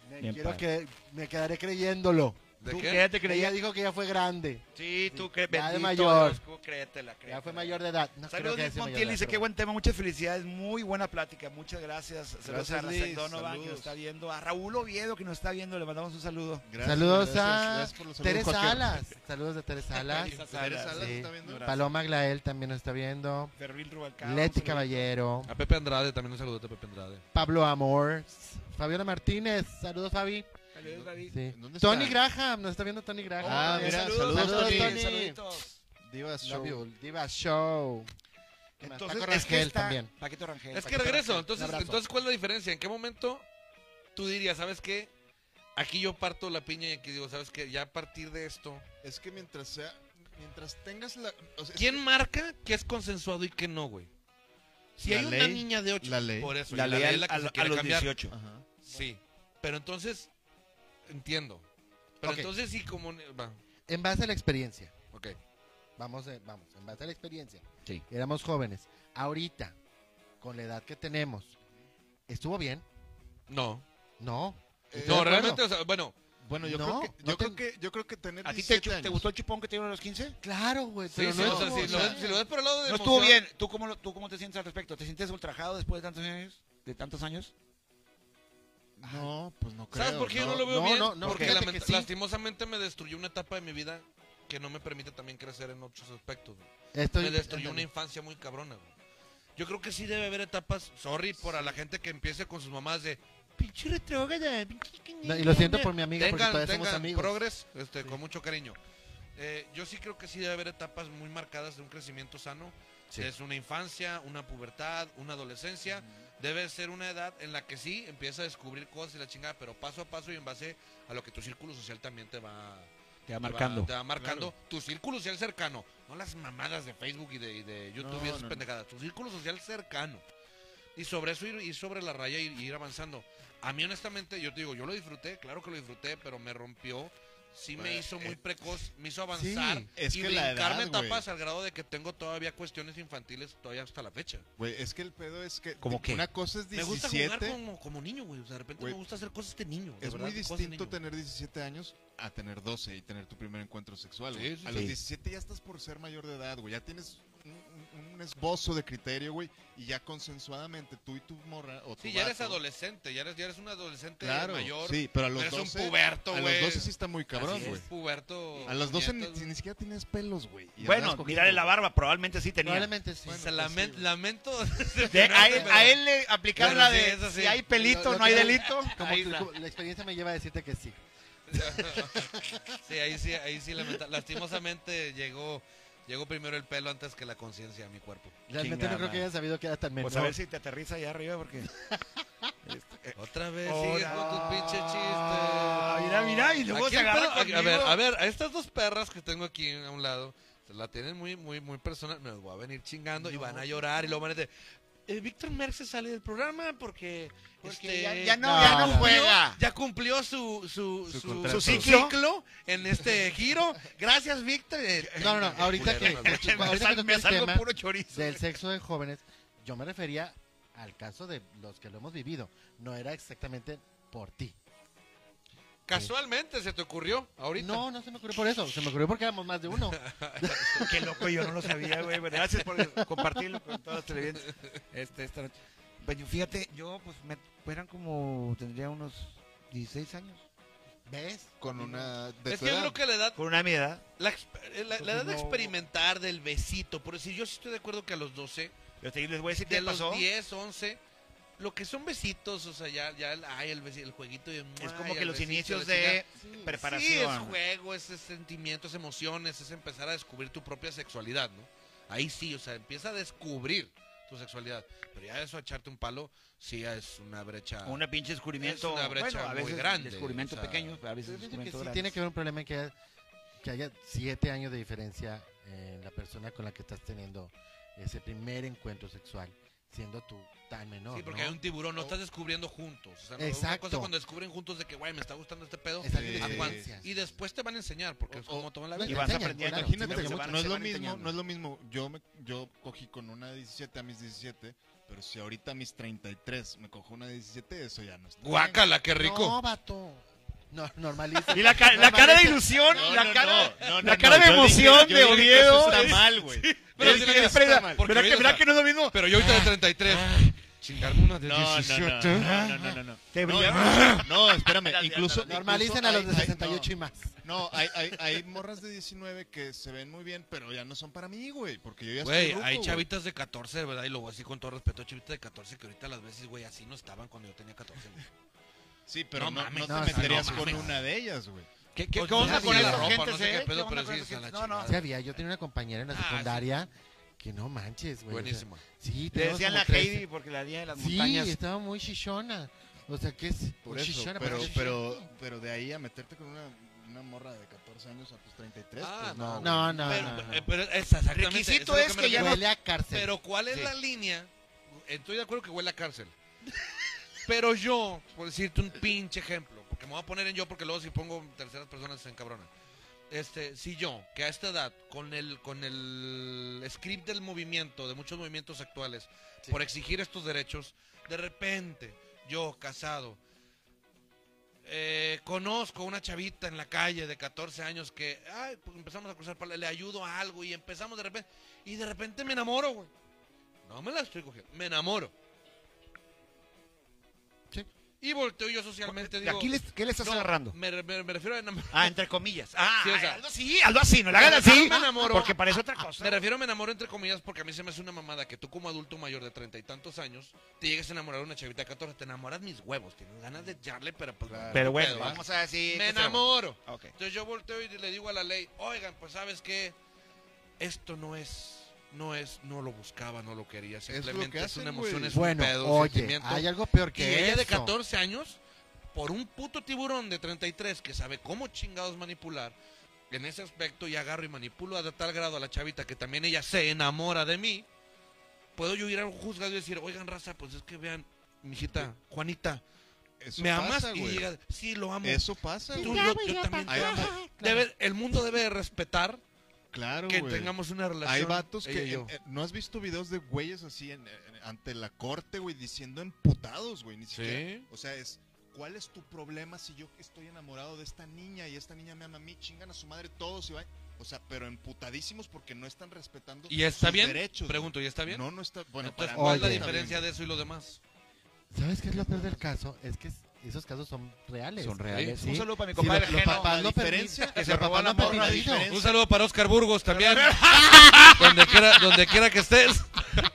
Me
Bien
quiero
padre.
que me quedaré creyéndolo.
¿De
Tú
qué?
quédate
Ella
creía.
dijo que ya fue grande,
Sí, tú que
Ya de
bendito
mayor.
Dios, tú créetela,
ya
créetela.
fue mayor de edad. No creo
Saludos,
que haya
Nick
sido mayor de
Montiel.
edad,
Dice,
pero
qué
bueno.
buen tema, muchas felicidades. Muy buena plática, muchas gracias. Saludos
Gracias,
a Aracel
Liz,
Donovan, que
saludos.
nos está viendo. A Raúl Oviedo, que nos está viendo. Le mandamos un saludo.
Gracias,
saludos
gracias,
a
gracias por los saludos,
Teresa
Joaquín.
Alas. Saludos de Teresa Alas.
Teresa Alas
Sí.
está viendo.
Paloma Glael también nos está viendo.
Ferril Rubalcaba.
Leti
un saludo.
Caballero.
A Pepe Andrade, también un saludote a Pepe Andrade.
Pablo Amor. Fabiola Martínez. Saludos, Fabi.
Saludos, David.
Sí.
¿Dónde está?
Tony Graham. Nos está viendo Tony Graham.
Ah,
Hola,
mira,
Love
saludos, Tony.
Saluditos.
Divas Show.
you, Diva Show.
Entonces,
Paco
es que
Rangel
está-
también.
Paquito Rangel.
Es que
Paquito
regreso,
Rangel.
entonces,
Un abrazo.
entonces ¿cuál es la diferencia? ¿En qué momento tú dirías, sabes qué? Aquí yo parto la piña y aquí digo, ¿sabes qué? Ya a partir de esto.
Es que mientras sea, mientras tengas la, o sea, es
¿Quién
que-
marca qué es consensuado y qué no, güey? Si
La
hay una
ley,
niña de 8,
la ley.
por eso, y
la ley
es la que
a,
se
a
quiere
los
cambiar.
18.
Ajá.
Sí, pero entonces entiendo. Pero
Ok.
entonces sí como va,
En base a la experiencia.
ok.
Vamos, eh, vamos. En base a la experiencia.
Sí.
Éramos jóvenes. Ahorita, con la edad que tenemos, ¿estuvo bien?
No.
No.
Eh,
No,
de acuerdo.
realmente, o sea, bueno,
Bueno, yo
No,
creo que,
no
yo creo
te-
que, yo creo que tener
¿A ti te,
17
te
años-
gustó el chupón que te dieron a los 15?
Claro, güey.
sí,
pero
sí,
no
o sea,
estuvo
si, lo
bien.
ves, si lo ves por el lado de
No estuvo
emoción,
bien. ¿Tú cómo, lo- ¿Tú cómo te sientes al respecto? ¿Te sientes ultrajado después de tantos años? ¿De tantos años?
No, pues no creo.
¿Sabes por qué yo no lo veo
no,
bien?
no, no,
Porque
fíjate
lament-
que sí.
lastimosamente me destruyó una etapa de mi vida que no me permite también crecer en otros aspectos. güey.
Estoy-
me destruyó una
ándale.
infancia muy cabrona. güey. Yo creo que sí debe haber etapas, sorry, por a la gente que empiece con sus mamás de pinche retrógrada, pinche que
No, y
niña".
lo siento por mi amiga, porque
tengan,
todavía somos
tengan
amigos.
progres, este, con mucho cariño. Eh, yo sí creo que sí debe haber etapas muy marcadas de un crecimiento sano.
Sí.
Es una infancia, una pubertad, una adolescencia. Debe ser una edad en la que sí empieza a descubrir cosas y la chingada, pero paso a paso y en base a lo que tu círculo social también te va
Te va
te va-
marcando.
Te va marcando tu círculo social cercano. No las mamadas de Facebook y de, y de YouTube
No,
y esas
no, no.
pendejadas. Tu círculo social cercano. Y sobre eso ir, ir sobre la raya y y ir avanzando. A mí, honestamente, yo te digo, yo lo disfruté, claro que lo disfruté, pero me rompió. Sí me
Bueno,
hizo
eh,
muy precoz, me hizo avanzar
sí,
es
y
que la
brincarme
edad, güey.
etapas al grado de que tengo todavía cuestiones infantiles todavía hasta la fecha.
Güey, es que el pedo es que
¿Cómo qué?
una cosa es
Me gusta jugar
17,
como, como niño, güey. O sea, de repente
Güey,
me gusta hacer cosas de niño. de
es
verdad,
muy
cosas de
distinto
niño.
tener 17 años a tener 12 y tener tu primer encuentro sexual.
Sí,
güey.
sí,
a
sí.
los 17 ya estás por ser mayor de edad, güey. Ya tienes un, un- un esbozo de criterio, güey, y ya consensuadamente tú y tu morra o tu
Sí, ya eres
vato-
adolescente, ya eres, ya eres un adolescente
Claro,
mayor.
sí, pero a los
Pero es
12
un puberto,
a
güey.
los 12 sí está muy cabrón,
Así es,
güey.
puberto.
A los 12 ni,
puñetas,
ni siquiera tienes pelos, güey. Y
Bueno,
andabas cogiendo.
mirarle la barba, probablemente sí tenía.
Probablemente sí.
Se lamen-
pues sí,
lamento.
De- a, él,
pero-
a él le aplicaron
Bueno,
la de
sí, eso sí.
si hay
Lo-
pelito,
lo
no hay
que-
delito.
Como
Ahí
que-
está.
como- la experiencia me lleva a decirte que sí.
Sí, ahí sí, ahí sí, lamenta- lastimosamente llegó, llegó primero el pelo antes que la conciencia a mi cuerpo.
Realmente
Chingada
no creo que
madre.
haya sabido que era tan menor.
Pues a ver si te aterriza allá arriba porque.
Otra vez
Ahora.
sigues con tus pinches
Ah,
chistes.
Mira, mira, y luego
Aquí
se
el
agarra
perro- a, a ver,
conmigo.
a ver, a estas dos perras que tengo aquí a un lado, se la tienen muy, muy, muy personal. Me las voy a venir chingando y van a llorar y luego van a decir, "Eh, Víctor Merck se sale del programa porque, este,
ya, ya no,
no,
ya
no.
no juega.
Ya cumplió su, su,
Su
su-
contrato.
su ciclo. en este giro. Gracias, Víctor.
No, no, no, ahorita que- Ahorita que
Me
toqué el
salgo
tema
puro chorizo.
Del sexo de jóvenes, yo me refería al caso de los que lo hemos vivido. No era exactamente por ti.
Casualmente se te ocurrió ahorita.
No, no se me ocurrió por eso. Se me ocurrió porque éramos más de uno.
Qué loco, yo no lo sabía, güey. Bueno, Gracias por compartirlo con todos los televidentes este, esta noche. Bueno, fíjate, yo pues me eran como, tendría unos 16 años.
¿Ves?
Con una... de
es
tu
que yo
edad.
creo que la edad,
Con una mi edad.
la, exp- la- la edad de
No.
experimentar del besito, por decir, yo sí estoy de acuerdo que a los 12,
Yo te- les voy a decir
de
qué
los
pasó.
10, 11, Lo que son besitos, o sea, ya, ya el, ay, el, besi- el jueguito. y el
Es
muay,
como que
el
los
besito,
inicios
la chingada.
de
Sí.
Sí, es
preparación.
juego, es, es sentimientos, emociones, es empezar a descubrir tu propia sexualidad, ¿no? Ahí sí, o sea, empieza a descubrir tu sexualidad. Pero ya eso, echarte un palo, sí ya es una brecha.
Una pinche
Ah.
descubrimiento.
Es una brecha
bueno, a
muy
veces
grande,
Descubrimiento
o sea.
pequeño, pero a veces
Yo pienso que
descubrimiento
sí
grande.
tiene que haber un problema en que, haya- que haya siete años de diferencia en la persona con la que estás teniendo ese primer encuentro sexual, siendo tú tan menor.
sí, porque
¿no?
hay un tiburón, no estás descubriendo juntos. O sea, no, Una
Exacto.
cosa cuando descubren juntos de que, güey, me está gustando este pedo.
Esas
Sí.
diferencias.
Y después te van a enseñar, porque es
O-
como toman la
No,
vida.
Y vas
enseñan,
aprendiendo.
claro.
Imagínate
Se
que
van-
no es
se
lo
van
mismo,
enseñando.
no es lo mismo. Yo me, yo cogí con una de 17 a mis 17, pero si ahorita a mis 33 me cojo una de 17, eso ya no está. bien.
Guácala, qué
No,
rico.
vato. No, normaliza.
Y la, ca- la cara de ilusión,
No,
la
no,
cara...
no, no,
la
no,
cara de
no, yo dije-
emoción
yo
de
dije que eso
Oviedo
Está
es-
mal, güey.
pero
Yo
sí,
dije
mira,
que eso
espera,
está mal.
porque
¿Verdad que,
ahorita-
verdad que no es lo mismo?
Pero yo ahorita de 33. Chingarme una de
No, no,
18.
no, no, no, no, no, no.
Te
No,
brilla-
no, no, espérame,
Gracias,
incluso...
Normalicen
incluso
a los de
hay- hay-
68 y más.
No, hay, hay, hay morras de 19 que se ven muy bien, pero ya no son para mí, güey, porque yo ya estoy
Güey,
ruco,
hay
güey.
chavitas de 14, ¿verdad? Y lo voy a decir con todo respeto, chavitas de 14 que ahorita las veces, güey, así no estaban cuando yo tenía 14. güey.
Sí, pero
No
no, no
mames,
te
no,
meterías
no
con
mames.
una de ellas, güey.
¿Qué, qué,
O
qué onda
sea,
con
sí,
esas
la ropa,
gentes,
no sé qué
eh?
pedo,
onda
pero
con
sí
esas
está la
gentes? No, no.
Sí había, yo tenía una compañera en la
Ah, sí.
secundaria que no manches, güey. o sea,
Buenísimo.
sí,
Le
teníamos
decían
como
la
13.
Heidi porque la día de las
Sí,
montañas.
estaba muy chichona. O sea, que es
Por
muy
eso,
chichona,
pero,
porque-
pero, pero de ahí a meterte con una, una morra de 14 años a tus 33,
Ah,
pues
no,
no,
No, no,
pero,
no, no.
eh, pero es exactamente,
Ah. Requisito
eso lo
es
me
que ya
refiero.
no-
Huele a cárcel.
Pero ¿cuál es
Sí.
la línea? Estoy de acuerdo que huele a cárcel. Pero yo, por decirte un pinche ejemplo, porque me voy a poner en yo, porque luego si pongo terceras personas se encabrona. Este, si yo, que a esta edad, con el, con el script del movimiento, de muchos movimientos actuales,
Sí.
por exigir estos derechos, de repente, yo, casado, eh, conozco una chavita en la calle de 14 años que, ay, pues empezamos a cruzar, pala- le ayudo a algo y empezamos de repente, y de repente me enamoro, güey. No me la estoy cogiendo, me enamoro.
Sí.
Y volteo yo socialmente,
¿De
digo...
aquí les, qué le estás
no,
agarrando?
Me, me- me refiero a enamorar.
Ah, entre comillas. Ah,
Sí, o sea,
algo así, algo así, no la hagan así.
me enamoro.
Porque parece otra cosa.
Me refiero a me enamoro entre comillas porque a mí se me hace una mamada que tú como adulto mayor de treinta y tantos años te llegues a enamorar de una chavita de 14, te enamoras mis huevos, tienes ganas de echarle, pero pues...
Claro.
Pero bueno,
pedo, ¿va?
vamos a decir.
me enamoro.
Ok.
Entonces yo volteo y le digo a la ley, oigan, pues sabes qué, esto no es, no es, no lo buscaba, no lo quería,
lo que
simplemente es,
hacen,
una
güey.
emoción, es
bueno,
un pedo, un
oye,
sentimiento.
hay algo peor que
y ella de
eso.
14 años, por un puto tiburón de 33 que sabe cómo chingados manipular, en ese aspecto y agarro y manipulo a tal grado a la chavita que también ella se enamora de mí, puedo yo ir a un juzgado y decir, oigan raza, pues es que vean, mijita, Juanita,
Eso
¿me amas?
pasa,
y
güey.
llega, sí, lo amo.
Eso pasa,
Tú,
güey.
yo, yo también te
Hay,
amo".
hay-
Debe- el mundo debe de respetar
claro,
que
güey.
tengamos una relación.
Hay vatos
ella
que...
y yo.
eh, eh, ¿No has visto videos de güeyes así en- en- ante la corte, güey, diciendo emputados, güey? Ni siquiera. O sea, es... ¿Cuál es tu problema si yo estoy enamorado de esta niña y esta niña me ama a mí? Chingan a su madre todos y va... O sea, pero emputadísimos porque no están respetando
¿Y está
sus
bien?
derechos. güey.
Pregunto, ¿y está bien?
No, no está... Bueno,
Entonces,
para
¿cuál
mí
es la
está
Oye.
bien,
diferencia
güey.
de eso y lo demás?
¿Sabes qué es lo peor del caso? Es que es- esos casos son reales.
Son reales.
Sí.
Un saludo para mi
Sí,
compadre
los, los
ajeno.
papás no
diferencia
permiten-
que se
los
robó
papás
la
no
morra, la
permitido.
diferencia.
Un saludo para Oscar Burgos también. donde, quiera, donde quiera que estés.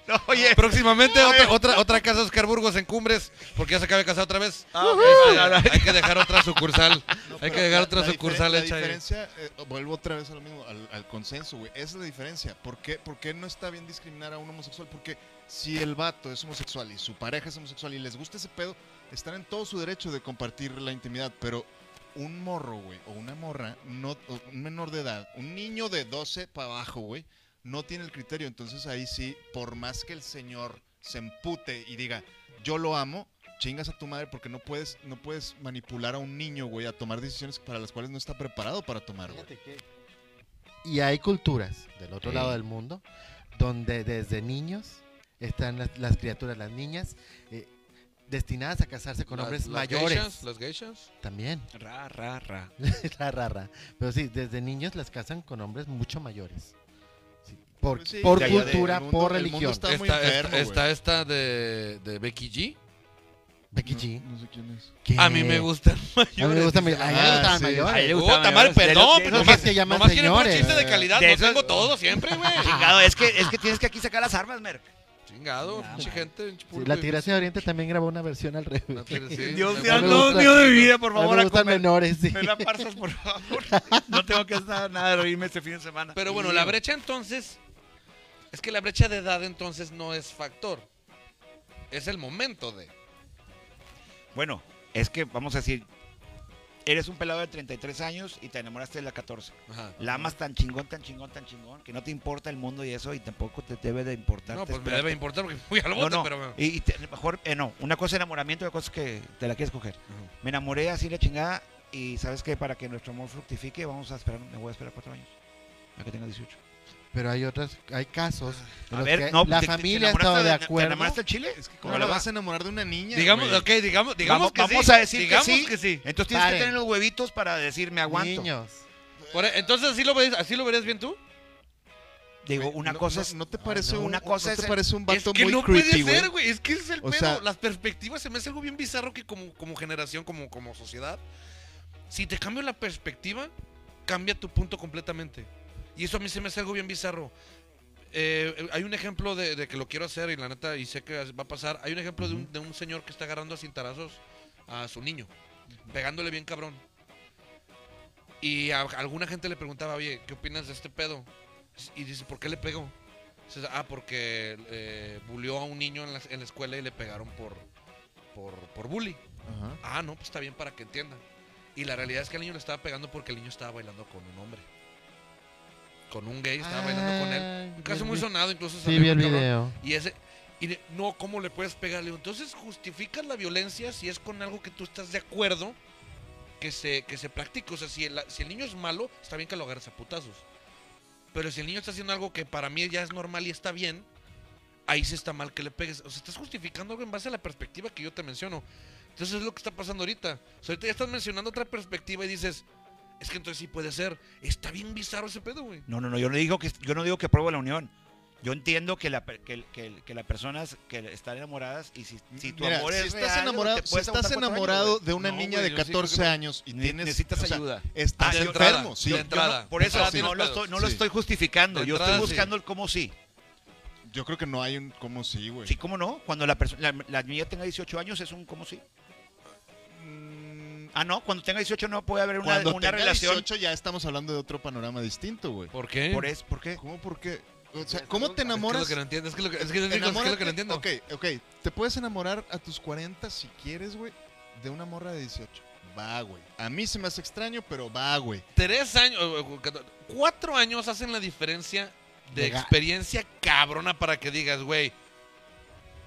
No, oye.
Próximamente otra, otra, otra casa Oscar Burgos en Cumbres, porque ya se acaba de casar otra vez.
Ah, ok.
Este,
Ah,
hay que dejar otra sucursal.
No,
Hay que
pero
dejar
la-
otra
la difer-
sucursal
la
hecha ahí.
diferencia, eh, vuelvo otra vez a lo mismo, al, al consenso, güey. Esa es la diferencia. ¿Por qué, por qué no está bien discriminar a un homosexual? Porque si el vato es homosexual y su pareja es homosexual y les gusta ese pedo, están en todo su derecho de compartir la intimidad. Pero un morro, güey, o una morra, no, o un menor de edad, un niño de 12 para abajo, güey, no tiene el criterio. Entonces ahí sí, por más que el señor se empute y diga, yo lo amo, chingas a tu madre porque no puedes, no puedes manipular a un niño, güey, a tomar decisiones para las cuales no está preparado para tomar, güey.
Fíjate que- Y hay culturas del otro
Sí.
lado del mundo donde desde niños están las, las criaturas, las niñas, eh, destinadas a casarse con hombres mayores.
geishas, las geishas.
También,
Ra, ra, ra.
es la rara. Pero sí, desde niños las casan con hombres mucho mayores. Sí, Por,
Pues sí,
por
de allá del
cultura,
mundo-
por
el mundo
religión.
Está muy enfermo, güey.
esta de, de Becky G.
Becky G.
sé quién es.
¿qué?
A mí me gustan mayores.
A mí me gusta. mi- a ella le
Ah,
gustaban
sí.
A ella
mayores.
le
Oh,
gustaban
Tamar,
mayores. De
perdón,
los- de
pero
los-
Esos que
nomás-
se llaman
Nomás quieren puro
señores.
chiste de calidad.
De
No
esos-
tengo todo siempre, güey.
Chingado, es que, es que tienes que aquí sacar las armas, Merck.
Sí, Chingado,
Chingado.
pinche gente, pinche
Sí,
público.
la Tigracia de Oriente también grabó una versión al revés.
La tigre, sí,
Dios,
me
Dios,
me
acuerdo.
no,
gusta.
Dios de mi vida, por
A mí
favor,
me
a
gustan
comer.
menores, sí.
Me la pasas, por favor. No tengo que hacer nada, nada de reírme este fin de semana.
Pero bueno, la brecha entonces. Es que la brecha de edad entonces no es factor. Es el momento de.
Bueno, es que vamos a decir, eres un pelado de 33 años y te enamoraste de la 14.
Ajá.
La amas tan chingón, tan chingón, tan chingón, que no te importa el mundo y eso, y tampoco te debe de importar.
No,
te
pues me
esperas-
debe importar porque fui al
No,
bote,
no,
pero. me-
y, y te- mejor, eh, no, una cosa es enamoramiento, otra cosa es que te la quieres coger.
Ajá.
Me enamoré así la chingada y sabes que para que nuestro amor fructifique vamos a esperar, me voy a esperar cuatro años, a que tenga 18.
Pero hay otras, hay casos en
A
los
ver,
que
pues,
no,
la
te- te- te
familia
enamoraste
estaba
de-
de
¿Te
acuerdo.
enamoraste del chile?
Es que ¿cómo
No,
la
no.
vas a enamorar de una niña?
Digamos,
güey?
ok, digamos,
vamos,
digamos que sí.
vamos a decir
digamos
que sí.
que sí.
Entonces tienes
Paren.
que tener los huevitos para decir me aguanto.
Niños.
Por- e, entonces, ¿así lo, ves, ¿así lo verías bien tú?
Digo,
Güey,
una
no-
cosa
no-
es Ah,
No te parece
no,
un-
una
no
cosa
te
es-
parece un
Es
vato
que
muy
no
creepy,
puede
güey.
ser, güey. Es que ese es el
O
pedo.
sea-
Las perspectivas se me hace algo bien bizarro que como, como generación, como, como sociedad, si te cambio la perspectiva, cambia tu punto completamente. Y eso a mí se me hace algo bien bizarro. Eh, eh, hay un ejemplo de, de que lo quiero hacer y la neta, y sé que va a pasar. Hay un ejemplo de, un, de un señor que está agarrando a cintarazos a su niño, pegándole bien cabrón. Y a- alguna gente le preguntaba, oye, ¿qué opinas de este pedo? Y dice, ¿por qué le pegó? Dices, ah, porque eh, bulió a un niño en la, en la escuela y le pegaron por, por, por bully.
Ajá.
Ah, no, pues está bien para que entiendan. Y la realidad es que el niño le estaba pegando porque el niño estaba bailando con un hombre. Con un gay, estaba bailando con él.
Ah,
Un caso
vi-
muy sonado, incluso
Sí,
salió
vi el
muy cabrón.
video.
Y ese. Y le- no, ¿cómo le puedes pegar? Le digo, entonces justificas la violencia si es con algo que tú estás de acuerdo que se, que se practique. O sea, si el, si el niño es malo, está bien que lo agarres a putazos. Pero si el niño está haciendo algo que para mí ya es normal y está bien, ahí sí está mal que le pegues. O sea, estás justificando algo en base a la perspectiva que yo te menciono. Entonces es lo que está pasando ahorita. O sea, ahorita ya estás mencionando otra perspectiva y dices, es que entonces sí puede ser. Está bien bizarro ese pedo, güey.
No, no, no, yo no digo que yo no digo que apruebo la unión. Yo entiendo que la per- que, que, que las personas que están enamoradas y si, si tu
Mira,
amor
si
es
estás
real,
enamorado,
te
si
puedes
estás
aguantar cuatro
enamorado
años, güey.
de una
No,
niña
güey,
de
yo sí creo
14
que-
años y
Ne-
tienes
necesitas
o sea,
ayuda.
Estás
Ah, de
enfermo,
entrada,
sí.
de
Yo no-
entrada.
por eso
De entrada,
no, lo estoy, no lo
Sí.
estoy justificando.
De
yo
entrada,
estoy
sí.
buscando el cómo sí.
Yo creo que no hay un cómo sí, güey.
Sí, cómo no. Cuando la, perso- la, la niña tenga 18 años es un cómo sí.
Mm,
Ah, no, cuando tenga 18 no puede haber una,
Cuando
una
tenga
relación.
18 ya estamos hablando de otro panorama distinto, güey.
¿Por qué?
Por, es, ¿Por qué?
¿Cómo por qué? O sea, ¿cómo te
Es que es
enamoras?
lo que no entiendo, es que lo que, es que, es que- es que es lo que no entiendo.
Ok, ok. Te puedes enamorar a tus 40 si quieres, güey, de una morra de 18. Va, güey. A mí se me hace extraño, pero va, güey.
Tres años, o- o- o- cuatro años hacen la diferencia de
Llega-
experiencia cabrona para que digas, güey,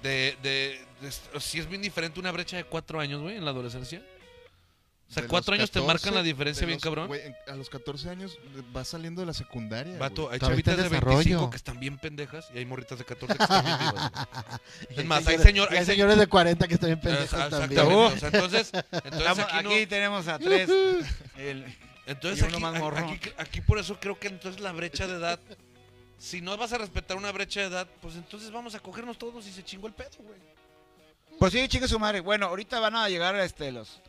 de, de, de- si es bien diferente una brecha de cuatro años, güey, en la adolescencia. O sea,
De
cuatro
los
años te
14,
marcan la diferencia
de
bien
los-
cabrón.
güey, en- a los 14 años vas saliendo de la secundaria.
Vato,
güey.
hay
Todavía está
chavitas
en
de 25
desarrollo.
que están bien pendejas y hay morritas de 14 que están bien vivas. güey.
Y
más, hay
señores-
señor-
y
hay
hay
se-
señores de 40 que están bien pendejos
Ah,
también. Uh.
Exactamente. O sea, entonces, entonces
Vamos,
aquí, no-
aquí tenemos a tres. El-
Entonces
Y uno
aquí,
más
a-
morro.
aquí- aquí por eso creo que entonces la brecha de edad, si no vas a respetar una brecha de edad, pues entonces vamos a cogernos todos y se chingó el pedo, güey.
Pues sí, chingue su madre. Bueno, ahorita van a llegar este, los,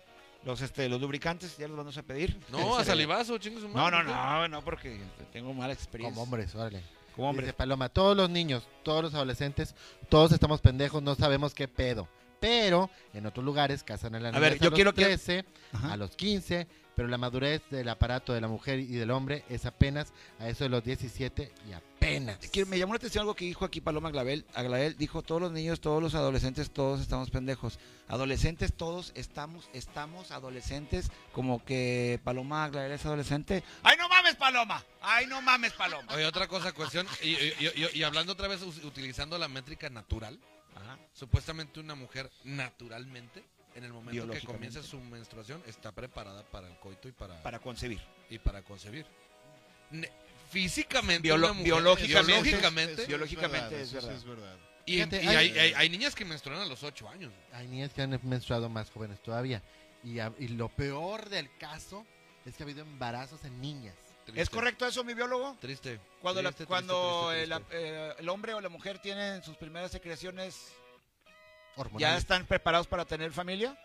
los, este, los lubricantes, ya los vamos a pedir.
No, a
Este,
salivazo, chingue su
No,
madre.
no,
güey.
no, no, porque tengo mala experiencia.
Como hombres, órale.
Como
Dice
hombre.
Paloma, todos los niños, todos los adolescentes, todos estamos pendejos, no sabemos qué pedo. Pero en otros lugares casan a la
A ver, yo
los
quiero que-
13,
Ajá.
a los 15, pero la madurez del aparato de la mujer y del hombre es apenas a eso de los 17 y apenas.
Que Me llamó la atención algo que dijo aquí Paloma Aglael. Aglael dijo, todos los niños, todos los adolescentes, todos estamos pendejos. Adolescentes, todos estamos, estamos adolescentes, como que Paloma Aglael es adolescente. ¡Ay, no mames, Paloma! ¡Ay, no mames, Paloma!
Oye, otra cosa, cuestión, y, y- y- y- y hablando otra vez us- utilizando la métrica natural, supuestamente una mujer naturalmente, en el momento que
Biológicamente.
comienza su menstruación, está preparada para el coito y para,
Para concebir.
y para concebir. Ne- físicamente,
Biolo-
una mujer-
biológicamente.
biológicamente,
Eso- biológicamente
eso
es
sí verdad.
y,
Fíjate,
y
hay-
hay, hay- hay niñas que menstruan a los 8 años. güey.
Hay niñas que han menstruado más jóvenes todavía. Y, a- y lo peor del caso es que ha habido embarazos en niñas.
¿Es
Triste.
correcto eso, mi biólogo?
Triste.
Cuando, la-
Triste, triste,
cuando
triste,
el,
triste.
eh, el hombre o la mujer tienen sus primeras secreciones, ¿ya
Hormonales.
están preparados para tener familia?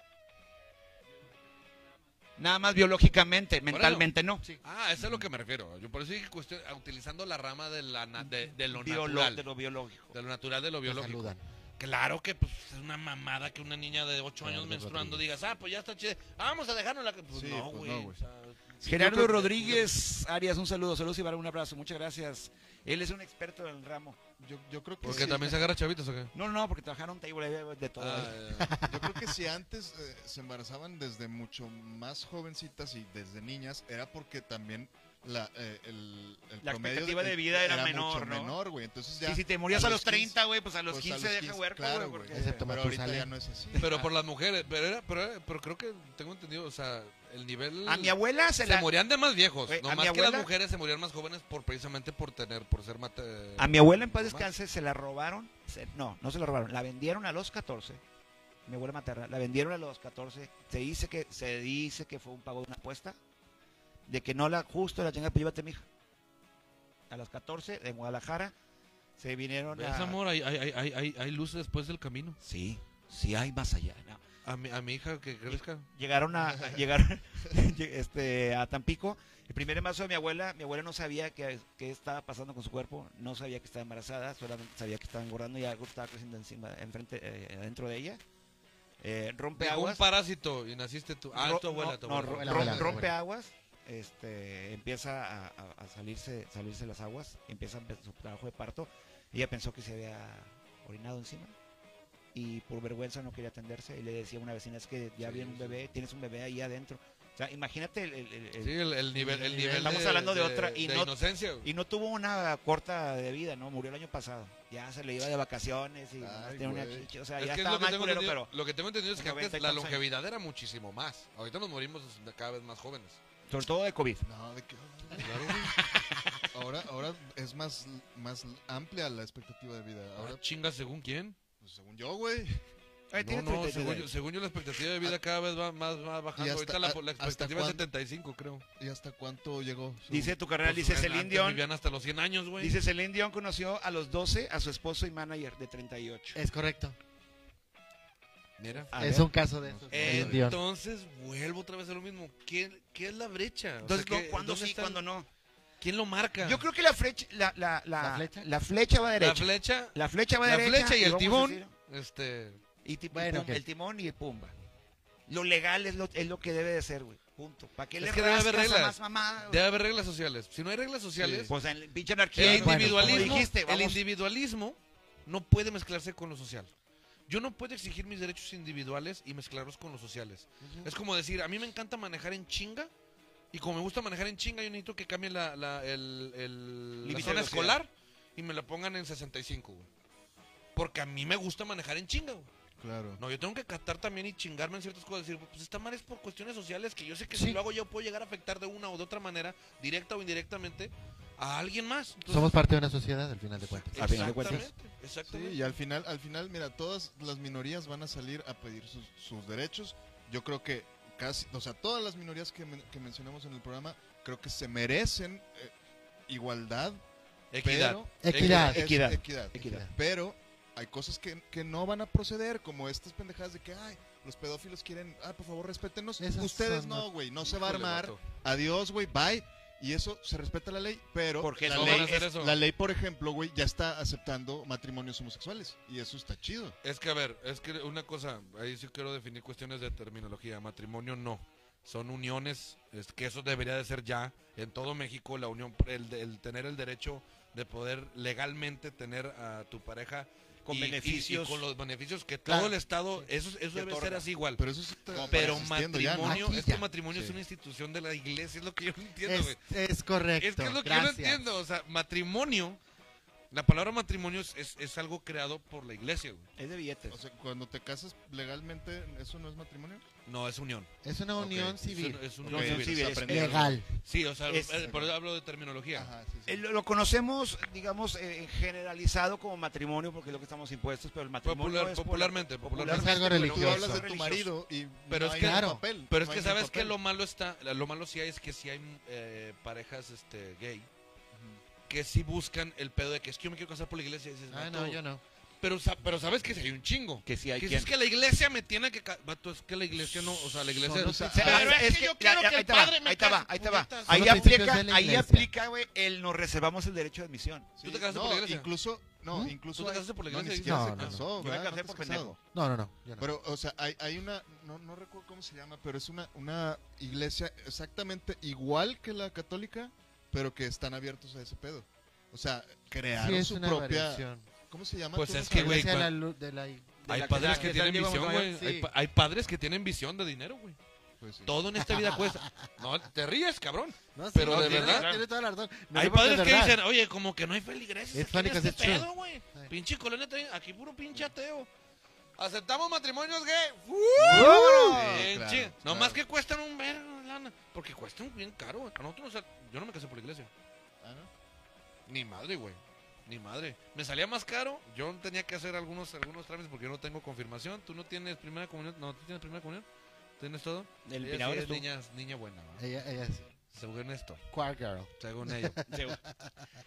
Nada más biológicamente, mentalmente no.
Sí.
Ah, eso es lo que me refiero. Yo por eso dije cuestión, ah, utilizando la rama de, la na- de, de lo
Biolo-
natural.
de
De
lo biológico.
lo natural, de lo
Te
biológico.
saludan.
Claro que pues, es una mamada que una niña de 8 años
Gerardo
menstruando
Rodríguez.
digas, ah, pues ya está chida. Vamos a dejarnos la. Pues
Sí,
no,
pues,
güey.
no, güey.
o sea, sí, yo
Gerardo
creo que-
Rodríguez Arias, un saludo. Saludos y para un abrazo. Muchas gracias. Él es un experto del ramo.
Yo, yo creo que
Porque
sí.
también se agarra chavitos, ¿o qué?
No, no, porque trabajaron table de- de todo.
Ah, ya, ya.
Yo creo que si antes eh, se embarazaban desde mucho más jovencitas y desde niñas, era porque también la, eh, el, el
La
promedio
expectativa de vida era menor,
mucho
¿no?
menor, güey. Entonces ya.
y si te morías a los
15,
30, güey, pues a los
pues,
15 deja huerco,
claro,
güey. porque-
güey.
Excepto
Pero ahorita
Matusalén.
ya no es así.
pero por las mujeres, pero, era, pero, era- pero creo que tengo entendido, o sea, el nivel.
A mi abuela se
se
la...
morían de más viejos,
Güey, a
no
mi
más que
abuela-
las mujeres se morían más jóvenes por precisamente por tener, por ser mate.
A mi abuela en paz
mamás.
descanse se la robaron. se- no, no se la robaron. La vendieron a los 14. Mi abuela materna. La vendieron a los 14. Se dice que, se dice que fue un pago de una apuesta. De que no la justo la chingada, pues llévate mija. A los 14 de Guadalajara se vinieron
¿Ves,
a.
amor? Hay, hay, hay, hay, hay luz después del camino.
Sí, sí hay más allá. no.
A mi, a mi hija que crezca.
Llegaron a, a- llegaron lleg- este, a Tampico. El primer embarazo de mi abuela, mi abuela no sabía qué, qué estaba pasando con su cuerpo, no sabía que estaba embarazada, solamente sabía que estaba engordando y algo estaba creciendo encima, enfrente, eh, adentro de ella. Eh, rompe
Dejó un
aguas.
parásito y naciste tú. Ah,
Ro-
tu abuela,
no,
tu
no,
abuela.
ro-
Abuela,
rom-
abuela,
rompe
abuela.
aguas, este, empieza a, a- a salirse, salirse las aguas, empieza su trabajo de parto. Ella pensó que se había orinado encima y por vergüenza no quería atenderse y le decía a una vecina es que ya
Sí,
viene un
sí.
bebé, tienes un bebé ahí adentro. O sea, imagínate el- el- el- el-
Sí, el, el nivel, el nivel.
Estamos hablando de otra y
de
no-
inocencia. güey.
y no tuvo una corta de vida, no murió el año pasado. Ya se le iba de vacaciones y nomás
Ay,
tenía una
güey.
chichi, o sea,
Es
ya
que es
estaba
lo que,
más
tengo
culero,
entendido-
pero
lo que tengo entendido es que
90 y
antes la
tantos años.
longevidad era muchísimo más. Ahorita nos morimos cada vez más jóvenes.
sobre todo de COVID.
No, de qué. Ahora, ahora es más, más amplia la expectativa de vida.
Ahora
Ahora,
chinga según quién.
pues, según yo, güey.
Ay,
No,
tiene
no,
32
según, yo,
años.
según yo la expectativa de vida cada vez va más, más bajando.
hasta-
Ahorita la,
a-
la
hasta
expectativa es
cuándo?
75, creo.
¿Y hasta cuánto llegó? su-
Dice tu carnal,
Pues,
dice
antes
Celine Dion.
Vivían hasta los 100 años, güey.
Dice Celine Dion conoció a los 12 a su esposo y manager de 38.
Es correcto.
Mira.
A
es
ver.
un caso de eso.
Eh, Entonces vuelvo otra vez a lo mismo. ¿Qué, qué es la brecha? O
Entonces,
sea, ¿qué-
no, ¿cuándo
dónde
sí,
está-
cuándo no?
¿Quién lo marca?
Yo creo que la flecha, la, la, la,
¿La flecha?
la flecha va
la
derecha.
flecha,
La flecha va
la
derecha.
flecha y el
vamos a
tibón.
decir-
este,
y ti- y
Bueno,
pum,
ok.
el timón y el pumba. Lo legal es lo, es lo que debe de ser, güey. Punto. ¿Para qué
Es
le
que debe haber
rascas a
reglas.
más mamada, güey?
debe haber reglas sociales. Si no hay reglas sociales,
Pues en el pinche
el
anarquía.
Bueno,
¿no?
individualismo,
Como dijiste,
el
vamos-
individualismo no puede mezclarse con lo social. Yo no puedo exigir mis derechos individuales y mezclarlos con los sociales. Es como decir, a mí me encanta manejar en chinga y como me gusta manejar en chinga, yo necesito que cambie la, la- el, el- la
Límite de
zona
velocidad.
escolar y me la pongan en 65, güey. Porque a mí me gusta manejar en chinga, güey.
Claro.
No, yo tengo que acatar también y chingarme en ciertas cosas. Decir, pues esta madre es por cuestiones sociales que yo sé que
Sí.
si lo hago yo puedo llegar a afectar de una o de otra manera, directa o indirectamente, a alguien más. Entonces,
Somos parte de una sociedad al final de cuentas.
Al final de cuentas.
Exactamente,
Sí,
exactamente.
y al final, al final, mira, todas las minorías van a salir a pedir sus, sus derechos. Yo creo que casi, o sea, todas las minorías que, men- que mencionamos en el programa, creo que se merecen eh, igualdad,
Equidad.
pero-
Equidad.
Es-
Equidad.
equidad.
Equidad.
Pero hay cosas que, que no van a proceder, como estas pendejadas de que, ay, los pedófilos quieren, ah, por favor, respétenos.
Esas
Ustedes
son
no,
las-
güey, no se va a
Híjole,
armar.
vato.
Adiós, güey, bye. Y eso se respeta la ley, pero
Porque
la,
no
ley
van a
hacer
es-
eso.
la ley, por ejemplo, güey, ya está aceptando matrimonios homosexuales y eso está chido.
Es que, a ver, es que una cosa, ahí sí quiero definir cuestiones de terminología. Matrimonio no. Son uniones, es que eso debería de ser ya en todo México, la unión, el, el tener el derecho de poder legalmente tener a tu pareja
Con
y- y-
beneficios.
y con los beneficios que
Claro.
todo el Estado, eso, eso debe
otorga.
ser así igual.
Pero eso sí está
Como Pero
existiendo ya, ¿no?
matrimonio,
Aquí
es que
ya.
matrimonio
Sí.
es una institución de la iglesia, es lo que yo no entiendo,
Es,
güey.
es correcto.
Es que es lo que
gracias.
yo no entiendo, o sea, matrimonio, la palabra matrimonio es, es, es algo creado por la iglesia, güey.
Es de billetes.
O sea, cuando te casas legalmente, ¿eso no es matrimonio?
No, es unión.
Es una unión
Ok,
Es
civil.
un- Es,
Ok,
unión
sí,
civil.
sí,
se
es
aprende algo.
Legal.
Sí, o sea,
Es-
eh, por eso hablo de terminología.
Ajá, sí, sí.
Eh, Lo, lo conocemos, digamos, eh, generalizado como matrimonio, porque es lo que estamos impuestos, pero el matrimonio
Popular-
es por-
popularmente, popularmente.
Es algo
Tú
religioso.
hablas de tu
Religioso.
marido y
Pero
no
es
hay
que-
en
Claro.
papel.
Pero es
no
que
hay en
sabes que
papel.
lo malo está, lo malo sí hay es que sí hay eh, parejas este gay que sí buscan el pedo de que es que yo me quiero casar por la iglesia y dices,
Ah,
"Vato,
no, yo no.
Pero, sa- pero sabes que si hay un chingo.
Que sí hay
que si
quien-
es que la iglesia me tiene que... ca- Vato, es que la iglesia no... O sea, la iglesia...
Son los-
Pero
Pero
es que yo quiero
ya,
que
ahí
el
te va,
padre me
Ahí te va,
case,
ahí te va.
puñetas.
Son
Ahí
los principios
aplica,
de la
ahí
iglesia.
aplica, güey, el nos reservamos el derecho de admisión.
¿Tú te casaste
no,
por la iglesia?
Incluso, no,
¿Mm?
incluso.
¿Tú te
hay-
casaste por la
no, ni
iglesia?
siquiera
No,
se
no, no.
casó,
Yo me
¿verdad?
casé
No
por
te has casado.
pendejo.
No, no, no. yo no.
Pero, o sea, hay, hay una, no, no recuerdo cómo se llama, pero es una, una iglesia exactamente igual que la católica, pero que están abiertos a ese pedo. O sea, crearon
Sí, es
su
una
propia.
variación.
¿Cómo se llama?
Pues
tú?
es que, güey,
Iglesia de la
cuan-
luz- de la-
Hay
la-
padres
la-
que
que
tienen
San Diego
visión, güey.
Montemayor,
Hay,
sí.
pa- hay padres que tienen visión de dinero, güey.
Pues sí.
Todo en esta vida cuesta. No, te ríes, cabrón.
No, sí,
Pero
no,
de
tiene-
verdad.
tiene toda la razón. Me
hay
río porque
padres
es
que
verdad.
dicen, oye, como que no hay feligreses
It's
aquí en
funny
este
'cause it's true.
pedo, güey.
Sí.
Pinche colonia, trae- aquí puro pinche ateo. Aceptamos matrimonios gay. ¡Uh!
Sí,
Pinche-
claro,
no
claro.
más que cuestan un vergo de lana. Porque cuestan bien caro. güey. A nosotros, nos sa- yo no me casé por la iglesia.
Ah, ¿no?
Ni madre, güey. Ni madre. Me salía más caro. Yo tenía que hacer algunos, algunos trámites porque yo no tengo confirmación. Tú no tienes primera comunión. No, tú tienes primera comunión. ¿Tienes todo?
El
Ella
pinabel
sí
es
es
tú.
niña, niña buena, ¿va?
Ella, ella es
Según esto.
Queer Girl.
Según ellos.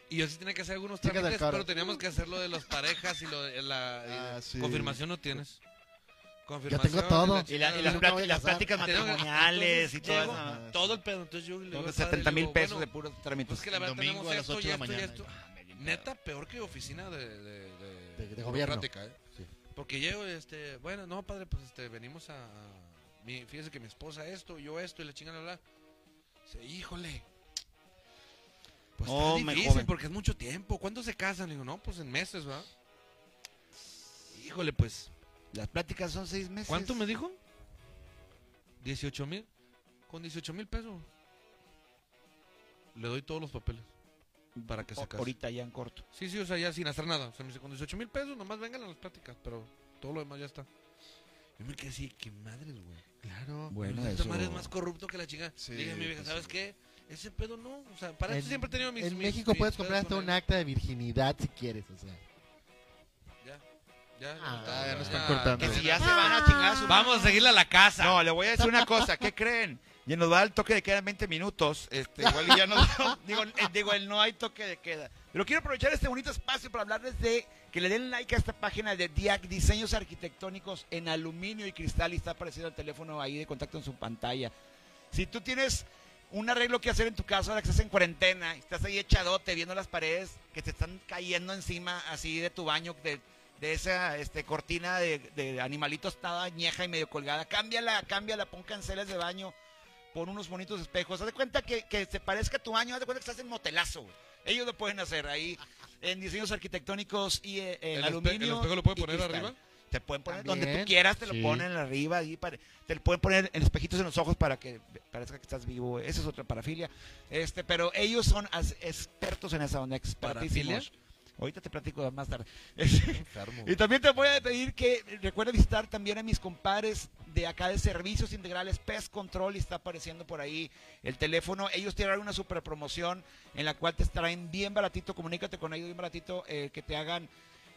Y yo sí tenía que hacer algunos
Chica del
trámites,
coro.
pero teníamos que hacer lo de las parejas y lo de la... y de-
Ah, sí.
Confirmación no tienes.
tengo
Confirmación.
todo.
Y, la- y las,
Nunca
plati-
voy a
las
casar.
pláticas
Tengo-
matrimoniales y
entonces
todo
llego,
eso.
Todo el pedo. Entonces yo le digo,
Tengo
al padre,
70
le
mil
digo,
pesos
bueno,
de puros
Pues
trámites.
que la verdad
Domingo
tenemos
a las
esto,
ocho
y
de
esto,
la
y
mañana. Ah,
esto. Neta, peor que oficina de, de, de-
De- de gobierno.
burocrática, ¿eh?
Sí.
Porque llego, este, bueno, no, padre, pues este, venimos a. a- mi- fíjese que mi esposa esto, yo esto, y la chingada, bla, bla. Dice, híjole. Pues
No,
está
me
difícil
joven.
porque es mucho tiempo. ¿Cuándo se casan? Le digo, no, pues en meses, ¿verdad? Híjole, pues.
Las pláticas son seis meses.
¿Cuánto me dijo? 18 mil. Con 18 mil pesos. Le doy todos los papeles. Para que se
O-
case.
Ahorita ya en corto.
Sí, sí, o sea, ya sin hacer nada. O sea, me dice, con 18 mil pesos, nomás vengan a las pláticas, pero todo lo demás ya está. Yo me quedé así, qué madres, güey.
Claro.
Bueno,
Esta
eso-
madre es más corrupto que la chica.
Sí,
Dije a mi vieja,
pues
¿sabes
sí.
qué? Ese pedo no. O sea, para
En-
esto siempre he tenido mis.
En
mis-
México
mis
puedes comprar
pedos
hasta
con
un
él.
acta de virginidad si quieres, o sea.
Ya, ya.
Ah,
ya no están
cortando.
cortando.
Que si ya se van a chingar a su
Vamos a seguirle a la casa.
No, le voy a decir una cosa, ¿qué creen? Ya nos va el toque de queda en 20 minutos. Este, igual y ya nos, digo, eh, digo, el no hay toque de queda. Pero quiero aprovechar este bonito espacio para hablarles de que le den like a esta página de DIAC, diseños arquitectónicos en aluminio y cristal. Y está apareciendo el teléfono ahí de contacto en su pantalla. Si tú tienes un arreglo que hacer en tu casa, ahora que estás en cuarentena, y estás ahí echadote viendo las paredes que te están cayendo encima así de tu baño, de, de esa este, cortina de, de animalito estada añeja y medio colgada, cámbiala, cámbiala, pon cancelas de baño, pon unos bonitos espejos, haz de cuenta que, que se parezca a tu baño, haz de cuenta que estás en motelazo, güey. ellos lo pueden hacer ahí en diseños arquitectónicos y eh, en
¿El, espe-
aluminio.
¿El espejo lo puede
y
poner
cristal.
arriba?
Te pueden poner donde
También.
tú quieras, te
Sí.
lo ponen arriba, ahí para- te lo pueden poner en espejitos en los ojos para que parezca que estás vivo. Esa es otra parafilia. Este, pero ellos son as- expertos en esa onda, expertísimos. Ahorita te platico más tarde. Este,
Enfermo.
y también te voy a pedir que recuerda visitar también a mis compadres de acá de Servicios Integrales Pest Control y está apareciendo por ahí el teléfono. Ellos tienen una super promoción en la cual te traen bien baratito, comunícate con ellos bien baratito, eh, que te hagan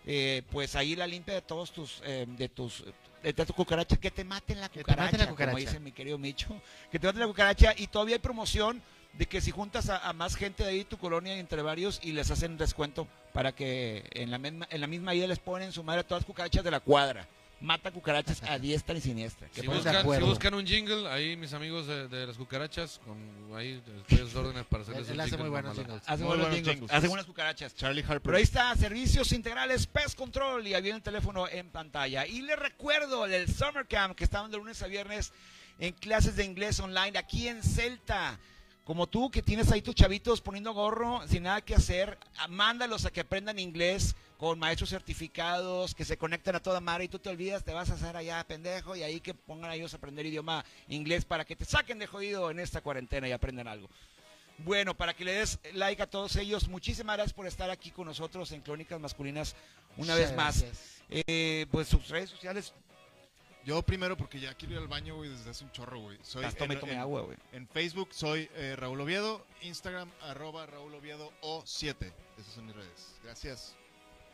eh, pues ahí la limpia de todos tus, eh, de tus, de tus cucarachas, que te maten la
Que te
cucaracha,
maten la
como
cucaracha.
dice mi querido Micho, que te maten la cucaracha y todavía hay promoción de que si juntas a, a más gente de ahí tu colonia entre varios y les hacen descuento para que en la misma, en la misma idea les ponen su madre a todas las cucarachas de la cuadra. Mata cucarachas a diestra y siniestra. Que
Si
por
pones de
buscan, si
acuerdo.
buscan un jingle, ahí mis amigos de, de las cucarachas, con, ahí estoy a sus órdenes para
Él,
hacerles
él
un
hace
jingle.
muy buenos
mamala.
singles.
Hacen
Muy
buenos
buenos
jingles,
jingles.
hacen buenas cucarachas.
Charlie Harper.
Pero ahí está, servicios integrales Pest Control y ahí viene el teléfono en pantalla. Y les recuerdo el Summer Camp que estamos de lunes a viernes en clases de inglés online aquí en Celta. Como tú que tienes ahí tus chavitos poniendo gorro sin nada que hacer, a- mándalos a que aprendan inglés con maestros certificados, que se conecten a toda madre y tú te olvidas, te vas a hacer allá pendejo y ahí que pongan a ellos a aprender idioma inglés para que te saquen de jodido en esta cuarentena y aprendan algo. Bueno, para que le des like a todos ellos, muchísimas gracias por estar aquí con nosotros en Crónicas Masculinas una vez
Muchas
más.
gracias.
Eh, pues sus redes sociales,
Yo primero, porque ya quiero ir al baño, güey, desde hace un chorro, güey. Soy
hasta me
en-
tomé
en-
agua, güey.
En Facebook soy eh, Raúl Oviedo, Instagram arroba Raúl Oviedo O7. Esas son mis redes. Gracias.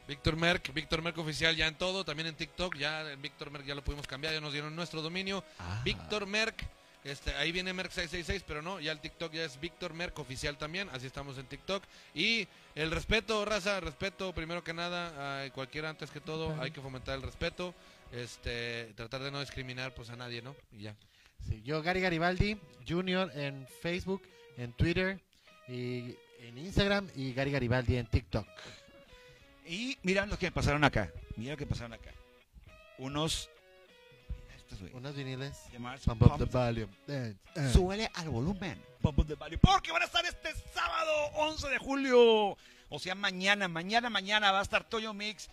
Víctor Merck, Víctor Merck oficial ya en
Ah.
todo, también en TikTok, ya el Víctor Merck ya lo pudimos cambiar, ya nos dieron nuestro dominio. Víctor Merck, Este, ahí viene Merck666, pero no, ya el TikTok ya es Víctor Merck oficial también, así estamos en TikTok. Y el respeto, raza, respeto, primero que nada, a cualquiera antes que todo, hay que fomentar el respeto, este, tratar de no discriminar pues a nadie, ¿no? Y ya.
Sí, yo, Gary Garibaldi Junior en Facebook, en Twitter, y en Instagram y Gary Garibaldi en TikTok.
Y mira lo que pasaron acá. Mira lo que pasaron acá. Unos. Estos, güey.
Unos viniles.
Llamarse
Pump
Pump
up the volume. Eh, eh.
Súbele al volumen. Bombos de Value. Porque van a estar este sábado 11 de julio. O sea, mañana, mañana, mañana va a estar Toyo Mix,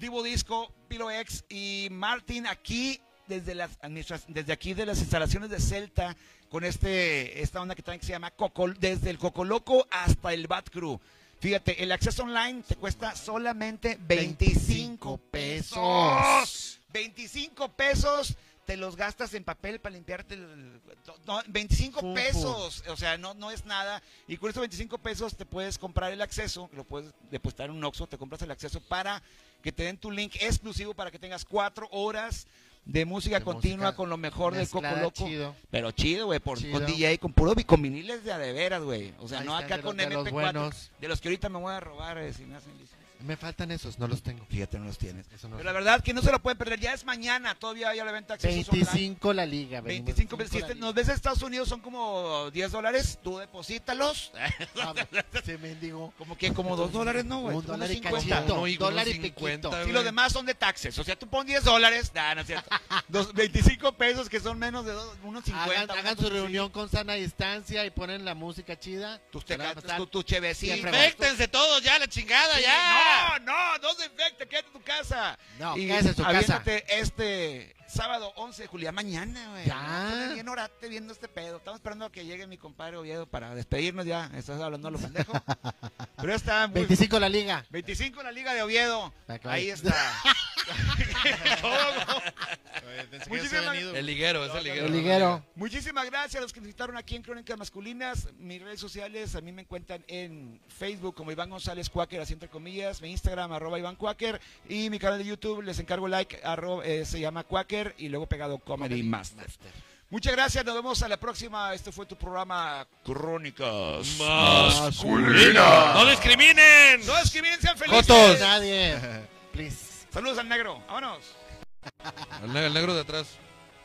Divo Disco, Pilo X y Martin aquí desde las administra- desde aquí de las instalaciones de Celta con este esta onda que traen que se llama Cocol desde el Cocoloco hasta el Bat Crew. Fíjate, el acceso online te cuesta solamente 25 pesos. 25 pesos te los gastas en papel para limpiarte el- no, 25
Fu, fu.
pesos, o sea, no, no es nada. Y con esos 25 pesos te puedes comprar el acceso, que lo puedes depositar en un Oxxo, te compras el acceso para que te den tu link exclusivo para que tengas cuatro horas de música
De
continua
música
con lo mejor del Coco
Mezclada,
Loco.
chido.
Pero chido, güey, por-
Chido.
con DJ, con puro, con viniles de a de veras, güey. O sea,
Ahí
no
están,
acá
de los-
con
de los
MP4.
buenos.
De los que ahorita me voy a robar, eh, si me hacen licencia.
Me faltan esos, no los tengo.
Fíjate, no los tienes.
Eso
Pero
no
la
los tengo.
verdad que no se lo pueden perder, ya es mañana, todavía hay a la venta accesos online.
25 la liga. venimos
25 veces. Si
la
este-
liga.
nos ves en Estados Unidos son como 10 dólares. Tú deposítalos.
Ah, Se mendigo.
Como que como 2 dólares, ¿no, güey?
Un
Como
dólar y
50.
cachito.
Uno y
dólar
uno
y
cincuenta,
piquito.
Y lo demás son de taxes. O sea, tú pon 10 dólares. Nah, no es cierto. Dos- 25 pesos que son menos de dos- unos 50.
Hagan,
una
hagan su
cosa así.
reunión con sana distancia y ponen la música chida.
Tus
Se la van a
tecates,
pasar
tu, tu chevecito.
bien fregón.
Infectense todos ya, la chingada,
Sí,
ya.
No, no, no se infecte, quédate en tu casa.
No,
Y
quédese en su casa.
aviéntate este sábado 11 de julio, mañana, güey.
Ya.
Vamos a poner Bien orate viendo este pedo. Estamos esperando a que llegue mi compadre Oviedo para despedirnos ya. Estás hablando a lo pendejo. Pero está muy
25 la liga.
25 en la Liga de Oviedo.
Para que
Ahí
vaya.
está.
Oye, pensé que ya se
Muchísimas-
habían ido.
El liguero, es el liguero.
El liguero.
Muchísimas gracias a los que nos visitaron aquí en Crónicas Masculinas. Mis redes sociales, a mí me encuentran en Facebook como Iván González Cuáquer, así entre comillas. Mi Instagram, arroba Iván Cuáquer. Y mi canal de YouTube, les encargo like, arroba, eh, se llama Cuáquer y luego pegado Comedy, Master. Muchas gracias, nos vemos a la próxima. Este fue tu programa Crónicas.
Masculina. No discriminen.
No discriminen, sean felices.
Jotos.
Nadie. Please.
Saludos al negro. Vámonos.
El negro de atrás.